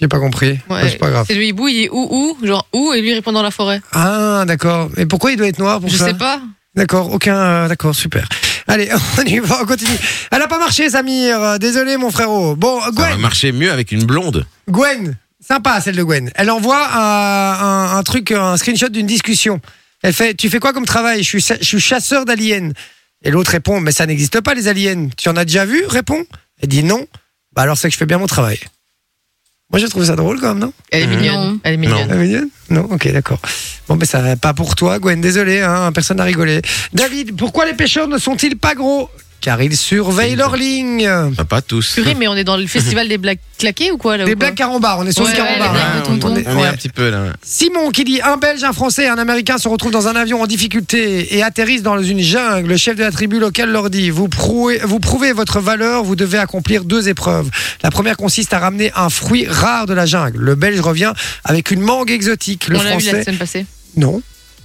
S2: J'ai pas compris.
S3: Ouais.
S2: Bah, c'est pas grave.
S3: C'est le hibou, il est où, où, genre où, et lui répond dans la forêt.
S2: Ah, d'accord. Mais pourquoi il doit être noir pour
S3: Je
S2: ça
S3: sais pas.
S2: D'accord, aucun. euh, d'accord, super. Allez, on y va, on continue. Elle a pas marché, Samir. Euh, Désolé, mon frérot. Bon, euh,
S5: Ça va
S2: Gwen.
S5: marcher mieux avec une blonde.
S2: Gwen. Sympa, celle de Gwen. Elle envoie euh, un, un truc, un screenshot d'une discussion. Elle fait Tu fais quoi comme travail Je suis, sa- je suis chasseur d'aliens. Et l'autre répond Mais ça n'existe pas, les aliens. Tu en as déjà vu Répond. Elle dit Non. Bah alors, c'est que je fais bien mon travail. Moi, j'ai trouvé ça drôle quand même, non
S3: Elle est
S5: Mhm.
S3: mignonne. Elle est mignonne.
S2: La mignonne Non, ok, d'accord. Bon, mais ça, pas pour toi, Gwen. Désolé, hein, personne n'a rigolé. David, pourquoi les pêcheurs ne sont-ils pas gros Car ils surveillent leur ligne.
S5: Bah, pas tous.
S3: Purée, mais on est dans le festival des blagues claquées ou quoi là ou
S2: Des
S3: quoi
S2: blagues carambars, on est sur
S3: Ouais,
S2: le
S3: ouais,
S2: carambar.
S3: les
S2: hein.
S3: blagues de tonton.
S5: on est, on est
S2: Ouais.
S5: un petit peu là.
S2: Simon qui dit un Belge, un Français et un Américain se retrouvent dans un avion en difficulté et atterrissent dans une jungle. Le chef de la tribu locale leur dit vous prouvez, vous prouvez votre valeur, vous devez accomplir deux épreuves. La première consiste à ramener un fruit rare de la jungle. Le Belge revient avec une mangue exotique. Le
S3: On l'a vu la
S2: Français,
S3: semaine passée.
S2: non.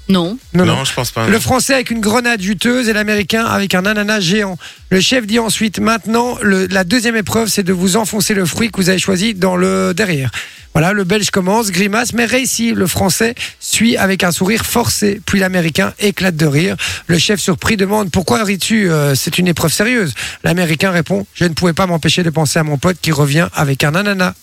S1: Non.
S2: Non, non.
S5: Non, je pense pas.
S2: Le français avec une grenade juteuse et l'américain avec un ananas géant. Le chef dit ensuite maintenant, le- la deuxième épreuve, c'est de vous enfoncer le fruit que vous avez choisi dans le derrière. Voilà, le belge commence, grimace, mais réussit. Le français suit avec un sourire forcé, puis l'américain éclate de rire. Le chef surpris demande Pourquoi ris-tu Euh, C'est une épreuve sérieuse. L'américain répond Je ne pouvais pas m'empêcher de penser à mon pote qui revient avec un ananas.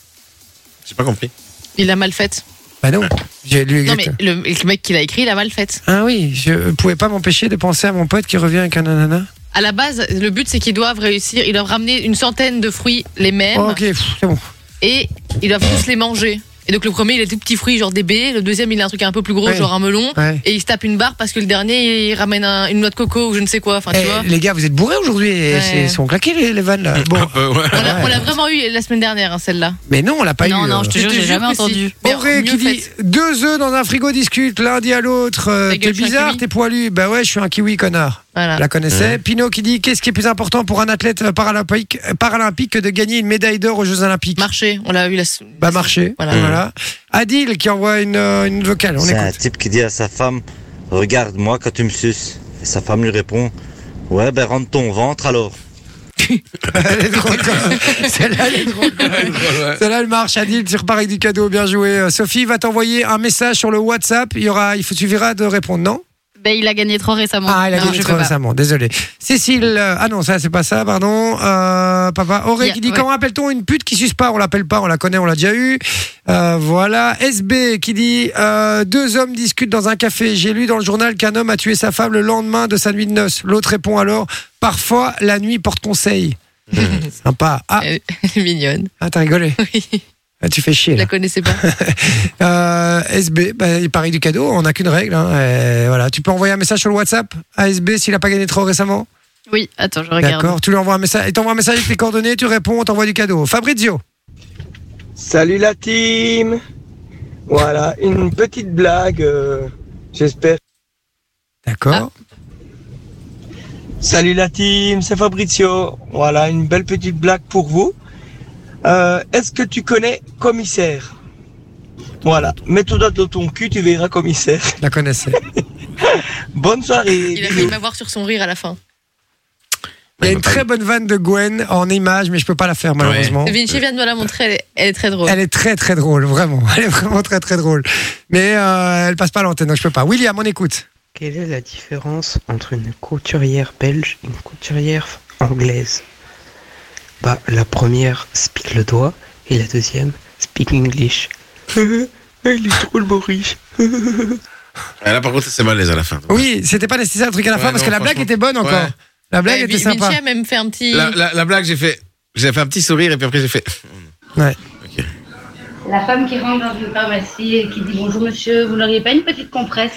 S5: J'ai pas compris.
S3: Il l'a mal faite.
S2: Bah non, j'ai lu
S3: Non,
S2: exact.
S3: mais le, le mec qui l'a écrit, il l'a mal faite.
S2: Ah oui, je ne pouvais pas m'empêcher de penser à mon pote qui revient avec un ananas.
S3: À la base, le but, c'est qu'ils doivent réussir. Ils doivent ramener une centaine de fruits, les mêmes,
S2: ok, pff, c'est bon.
S3: et ils doivent tous les manger. Et donc, le premier, il a des petits fruits, genre des baies. Le deuxième, il a un truc un peu plus gros,
S2: Ouais.
S3: genre un melon.
S2: Ouais.
S3: Et il se tape une barre parce que le dernier, il ramène un- une noix de coco ou je ne sais quoi. Enfin, tu
S2: Eh,
S3: vois.
S2: les gars, vous êtes bourrés aujourd'hui. et
S3: Ouais.
S2: c'est- Ils sont claqués les, les vannes là. Bon,
S5: Un peu, ouais.
S3: On l'a
S2: ouais.
S3: on l'a vraiment eu la semaine dernière, hein, celle-là.
S2: mais non, on l'a pas
S1: non,
S2: eu. euh.
S1: non, je te
S3: Je
S1: jure,
S3: te
S1: j'ai
S3: jure
S1: jamais
S3: que si.
S1: entendu.
S3: Mais
S2: Auré
S3: mieux
S2: qui dit
S3: fait.
S2: deux œufs dans un frigo discute l'un dit à l'autre. euh,
S3: Ta
S2: T'es
S3: gueule, je suis un
S2: bizarre,
S3: kiwi. Ah.
S2: t'es poilu. Bah ouais, je suis un kiwi connard.
S3: Voilà.
S2: La connaissait. Pino qui dit qu'est-ce qui est plus important pour un athlète euh, paralympique, paralympique que de gagner une médaille d'or aux Jeux Olympiques
S3: Marché, on l'a eu la. s-
S2: Bah marcher.
S3: Voilà.
S2: Voilà. Adil qui envoie une, euh, une vocale. On
S12: C'est un
S2: écoute.
S12: type qui dit à sa femme Regarde-moi quand tu me suces. Et sa femme lui répond Ouais, ben rentre ton ventre alors.
S3: cul.
S2: Elle est drôle quand même. Celle-là, elle est drôle quand même. Celle-là, elle marche. Adil, tu repars avec du cadeau. Bien joué. Euh, Sophie va t'envoyer un message sur le WhatsApp. Il y aura, il faut, suffira de répondre, non
S1: Ben, il a gagné trop récemment.
S2: Ah, elle a
S1: Non,
S2: gagné
S1: je
S2: trop
S1: peux pas.
S2: récemment. Désolé. Cécile, euh, ah non, ça, c'est pas ça, pardon. Euh, papa, Auré
S1: Yeah,
S2: qui dit
S1: ouais.
S2: Comment appelle-t-on une pute qui suce pas On l'appelle pas, on la connaît, on l'a déjà eu. Euh, voilà. SB qui dit euh, Deux hommes discutent dans un café. J'ai lu dans le journal qu'un homme a tué sa femme le lendemain de sa nuit de noces. L'autre répond alors Parfois, la nuit porte conseil.
S1: Mhm.
S2: Sympa.
S1: Euh.
S2: Ah,
S3: Elle est mignonne.
S2: Ah, t'as rigolé Ah, Tu fais chier.
S3: Je
S2: là.
S3: la connaissais pas.
S2: Euh, SB, bah, il parie du cadeau, on n'a qu'une règle. hein. Euh, voilà. Tu peux envoyer un message sur le WhatsApp à SB s'il n'a pas gagné trop récemment.
S1: Oui, attends, je regarde.
S2: D'accord, tu lui envoies un message. Il t'envoie un message avec tes coordonnées, tu réponds, on t'envoie du cadeau. Fabrizio.
S12: Salut la team Voilà, une petite blague, euh, j'espère.
S5: Ah.
S2: D'accord.
S12: Salut la team, c'est Fabrizio. Voilà, une belle petite blague pour vous. Euh, Est-ce que tu connais commissaire Voilà, mets ton doigt dans ton cul, tu verras commissaire.
S2: La connaissais.
S12: Bonne soirée.
S3: Il a failli m'avoir sur son rire à la fin.
S2: Il y a une très bonne vanne de Gwen en image, mais je peux pas la faire malheureusement.
S3: Vinci vient de me la montrer, elle est, elle est très drôle.
S2: Elle est très très drôle, vraiment. Elle est vraiment très très drôle. Mais euh, elle passe pas à l'antenne, donc je peux pas. William, on écoute.
S13: Quelle est la différence entre une couturière belge et une couturière anglaise Bah, la première speak le doigt et la deuxième speak English. Il est trop le Boris.
S5: Ah, Là, par contre, c'est malaise à la fin.
S2: Oui, c'était pas nécessaire le truc à la
S5: Ouais,
S2: fin parce
S5: non,
S2: que la blague
S5: franchement.
S2: était bonne encore.
S5: Ouais.
S2: La blague était
S3: Vinci
S2: sympa.
S3: a même fait un petit.
S5: La, la- la blague, j'ai fait, j'ai fait un petit sourire et puis après, j'ai fait.
S2: Ouais.
S14: La femme qui rentre dans une pharmacie et qui dit bonjour monsieur, vous n'auriez pas une petite compresse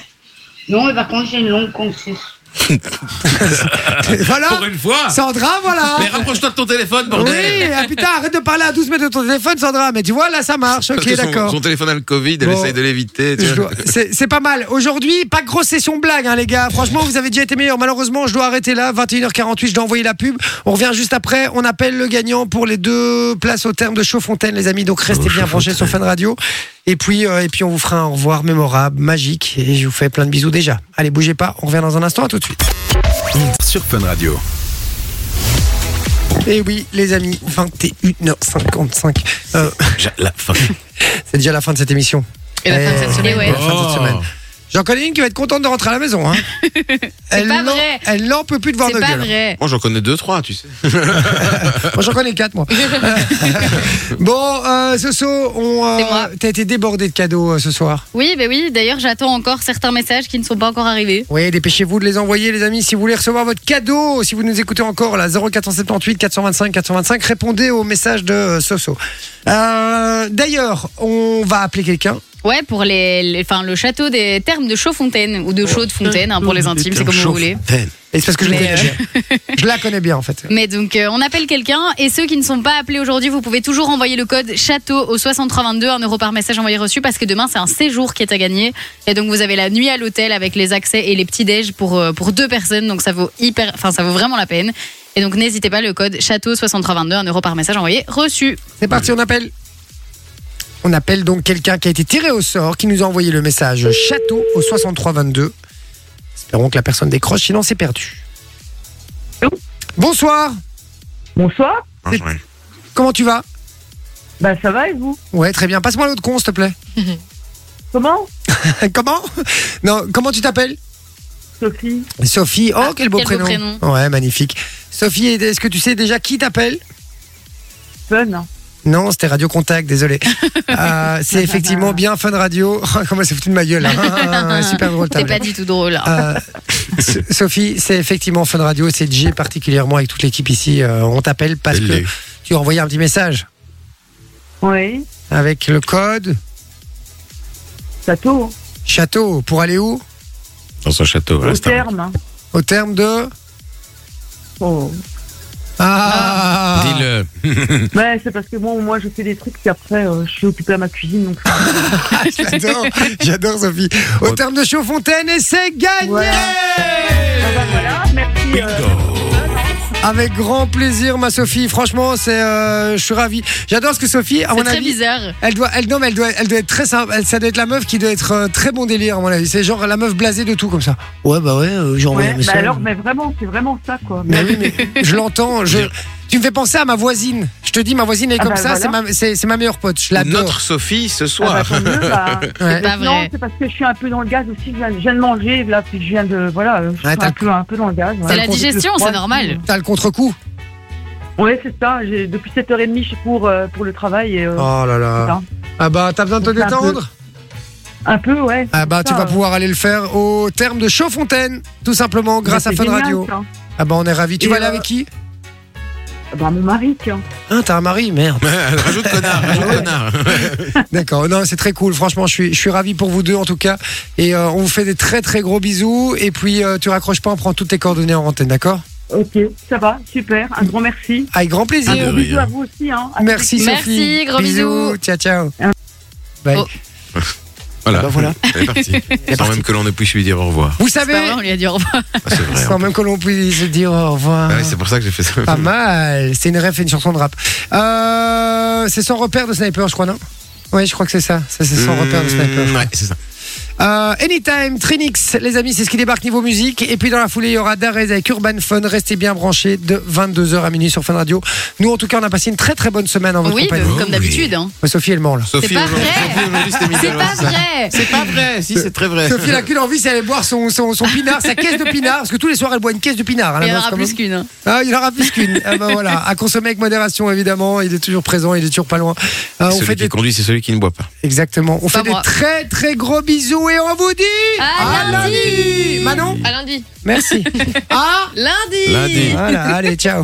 S14: Non, mais par contre j'ai une longue consus.
S2: voilà.
S5: Pour une fois.
S2: Sandra, voilà.
S5: Mais rapproche-toi de ton téléphone, bordel.
S2: Oui, ah putain, arrête de parler à 12 mètres de ton téléphone, Sandra. Mais tu vois, là, ça marche.
S5: Parce
S2: Ok,
S5: que son-
S2: d'accord.
S5: Son téléphone a le Covid, elle
S2: Bon.
S5: essaye de l'éviter. tu
S2: Je
S5: vois.
S2: dois- C'est c'est pas mal. Aujourd'hui, pas de grosse session blague, hein, les gars. Franchement, vous avez déjà été meilleurs. Malheureusement, je dois arrêter là. 21h48, je dois envoyer la pub. On revient juste après. On appelle le gagnant pour les deux places au terme de Chaudfontaine, les amis. Donc restez bien branchés sur Fun Radio. Et puis, euh, et puis, on vous fera un au revoir mémorable, magique. Et je vous fais plein de bisous déjà. Allez, bougez pas. On revient dans un instant. À tout de suite.
S10: Sur Fun Radio.
S2: Et oui, les amis, 21h55. Euh,
S5: La fin.
S2: C'est déjà la fin de cette émission.
S1: Et la fin de cette semaine.
S2: Et
S1: Eh ouais.
S2: la fin de cette
S1: Oh.
S2: semaine. J'en connais une qui va être contente de rentrer à la maison. Hein. elle
S1: pas
S2: n'en-
S1: vrai.
S2: Elle n'en peut plus de voir
S1: C'est
S2: nos
S1: pas
S2: gueules. hein.
S1: vrai.
S5: Moi, j'en connais deux, trois, tu sais.
S2: Moi, j'en connais quatre, moi. bon, euh, Soso, on, euh, t'as été débordé de cadeaux euh, ce soir.
S1: Oui, ben oui. D'ailleurs, j'attends encore certains messages qui ne sont pas encore arrivés.
S2: Oui, dépêchez-vous de les envoyer, les amis, si vous voulez recevoir votre cadeau. Si vous nous écoutez encore, là, 0478 425 425, répondez au message de euh, Soso. Euh, D'ailleurs, on va appeler quelqu'un.
S1: Ouais, pour les, les- enfin, le château des termes de Chaudfontaine ou
S2: Oh.
S1: de Chaudefontaine, hein, pour les intimes, c'est comme vous voulez.
S2: Et c'est parce que je, le
S1: Mais,
S2: connais
S1: euh,
S2: bien. je la connais bien, en fait.
S1: Mais donc, euh, on appelle quelqu'un et ceux qui ne sont pas appelés aujourd'hui, vous pouvez toujours envoyer le code château au 6322, 1 euro par message envoyé reçu, parce que demain, c'est un séjour qui est à gagner. Et donc, vous avez la nuit à l'hôtel avec les accès et les petits-déj pour, euh, pour deux personnes. Donc, ça vaut hyper, enfin, ça vaut vraiment la peine. Et donc, n'hésitez pas, le code château 6322, 1 euro par message envoyé reçu.
S2: C'est parti, on appelle. On appelle donc quelqu'un qui a été tiré au sort, qui nous a envoyé le message château au 6322. Espérons que la personne décroche, sinon c'est perdu. Bonsoir. Bonsoir. Comment tu vas Bah ça va et vous Ouais, très bien. Passe-moi l'autre con, s'il te plaît. comment Comment Non, comment tu t'appelles Sophie. Sophie, oh, quel beau
S15: Ah, quel beau
S2: prénom.
S15: prénom.
S2: Ouais, magnifique. Sophie, est-ce que tu sais déjà qui t'appelle
S15: Fun.
S2: non, c'était Radio Contact, désolé. Euh, c'est effectivement bien Fun Radio. Oh, Comment c'est foutu de ma gueule hein. Ah, ah, ah, Super drôle,
S1: C'est
S2: table.
S1: pas du tout drôle.
S2: Euh, So- Sophie, c'est effectivement Fun Radio, c'est J particulièrement avec toute l'équipe ici. Euh, on t'appelle parce que tu as envoyé un petit message
S15: Oui,
S2: avec le code
S15: château.
S2: Château pour aller où
S5: Dans son château.
S15: Au terme. hein.
S2: Au terme de
S15: Oh.
S2: Ah.
S5: Dis-le.
S15: Ouais, c'est parce que moi, moi, je fais des trucs, puis après, euh, je suis occupée à ma cuisine. Donc...
S2: J'adore, j'adore Sophie. Au terme de Chaudfontaine et c'est gagné.
S15: euh,
S2: Avec grand plaisir, ma Sophie. Franchement, c'est, euh, je suis ravi. J'adore ce que Sophie, à
S1: C'est
S2: mon
S1: très
S2: avis, euh,
S1: bizarre.
S2: elle doit, elle non, mais elle doit, elle doit être très simple. Elle, ça doit être la meuf qui doit être euh, très bon délire, à mon avis. C'est genre la meuf blasée de tout comme ça. Ouais, bah ouais, j'ai
S15: Ouais, bah alors, mais vraiment, c'est vraiment ça, quoi.
S2: Mais oui, mais je l'entends. Je... Tu me fais penser à ma voisine. Je te dis, ma voisine est
S15: Ah
S2: comme
S15: bah
S2: ça,
S15: voilà.
S2: c'est ma- c'est c'est ma, meilleure pote. Je l'adore.
S5: Notre Sophie ce
S15: Ah bah,
S5: soir.
S15: tant mieux, bah.
S2: Ouais.
S15: Maintenant, c'est parce que je suis un peu dans le gaz aussi. Je viens, je viens de manger, là, puis je viens de. Voilà, euh, je suis
S2: t'as-
S15: un, peu, un peu dans le gaz.
S1: C'est la digestion, c'est normal.
S2: T'as le contre-coup.
S15: Ouais, c'est ça. J'ai- Depuis 7h30, je cours euh, pour le travail. Et, euh,
S2: Oh là
S15: c'est
S2: là.
S15: ça.
S2: Ah bah, t'as besoin de te
S15: C'est un peu-
S2: détendre
S15: Un peu, ouais.
S2: Ah bah,
S15: c'est
S2: tu
S15: ça,
S2: vas
S15: euh.
S2: pouvoir aller le faire au terme de Chaudfontaine, tout simplement,
S9: Bah,
S2: grâce
S15: Mais
S2: à
S15: c'est
S2: Fun
S15: génial,
S2: Radio.
S15: ça.
S2: Ah bah, on est ravis. Tu
S15: Et,
S2: vas aller
S15: euh,
S2: avec qui
S15: Bah, mon mari, tiens.
S2: Hein, t'as un mari, merde.
S5: rajoute connard, rajoute connard.
S2: Bah, D'accord, non, c'est très cool. Franchement, je suis, je suis ravi pour vous deux en tout cas. Et euh, on vous fait des très très gros bisous. Et puis, euh, tu raccroches pas, on prend toutes tes coordonnées en antenne, d'accord
S15: Ok, ça va, super. Un grand merci.
S2: Avec grand plaisir.
S15: Un gros bisou à vous aussi. Hein. À
S2: Merci
S15: tous les-
S2: Sophie.
S1: Merci, gros bisous.
S2: Ciao, ciao. Bye.
S5: Voilà.
S2: Ah bah voilà.
S5: Elle est partie. Sans même que l'on ne puisse lui dire au revoir.
S2: Vous
S1: C'est
S2: savez,
S1: pas vrai, on lui a dit au revoir.
S5: Ah, c'est vrai.
S2: sans même que l'on puisse dire au revoir.
S5: Ah oui, c'est pour ça que j'ai fait ça.
S2: Pas mal. C'est une ref et une chanson de rap. Euh, c'est sans repère de sniper, je crois, non Oui, je crois que c'est ça. Ça, c'est sans repère de sniper. je
S5: Mm,
S2: crois.
S5: Ouais, c'est ça.
S2: Euh, Anytime, Trinix, les amis, c'est ce qui débarque niveau musique. Et puis dans la foulée, il y aura Darez avec Urban Fun. Restez bien branchés de 22h à minuit sur Fun Radio. Nous, en tout cas, on a passé une très très bonne semaine en votre
S1: Oui,
S2: compagnie.
S1: comme d'habitude. hein.
S2: Ouais, Sophie, elle ment là.
S1: C'est
S5: Sophie,
S1: pas
S5: aujourd'hui,
S1: vrai.
S5: Sophie, aujourd'hui, c'était
S2: Ah,
S1: C'est
S2: bah,
S5: Michael
S1: pas
S5: Ross.
S1: vrai.
S5: C'est pas vrai. Si, c'est très vrai.
S2: Sophie, elle a qu'une envie, c'est aller boire son, son, son pinard, sa caisse de pinard, parce que tous les soirs, elle boit une caisse de pinard. à la
S1: Il y en
S2: base,
S1: aura
S2: quand
S1: plus
S2: même.
S1: qu'une. hein.
S2: Ah, il en aura plus qu'une. Ah ben voilà, à consommer avec modération évidemment. Il est toujours présent, il est toujours pas loin. Euh, on
S5: celui
S2: fait
S5: qui
S2: des...
S5: conduit, c'est celui qui ne boit pas.
S2: Exactement. On
S1: Pas
S2: fait des
S1: moi. Ah,
S2: très très gros bisous et on vous dit
S1: À lundi.
S2: Manon,
S3: À lundi.
S2: merci. ah
S3: Lundi.
S5: Lundi.
S2: voilà, allez, ciao.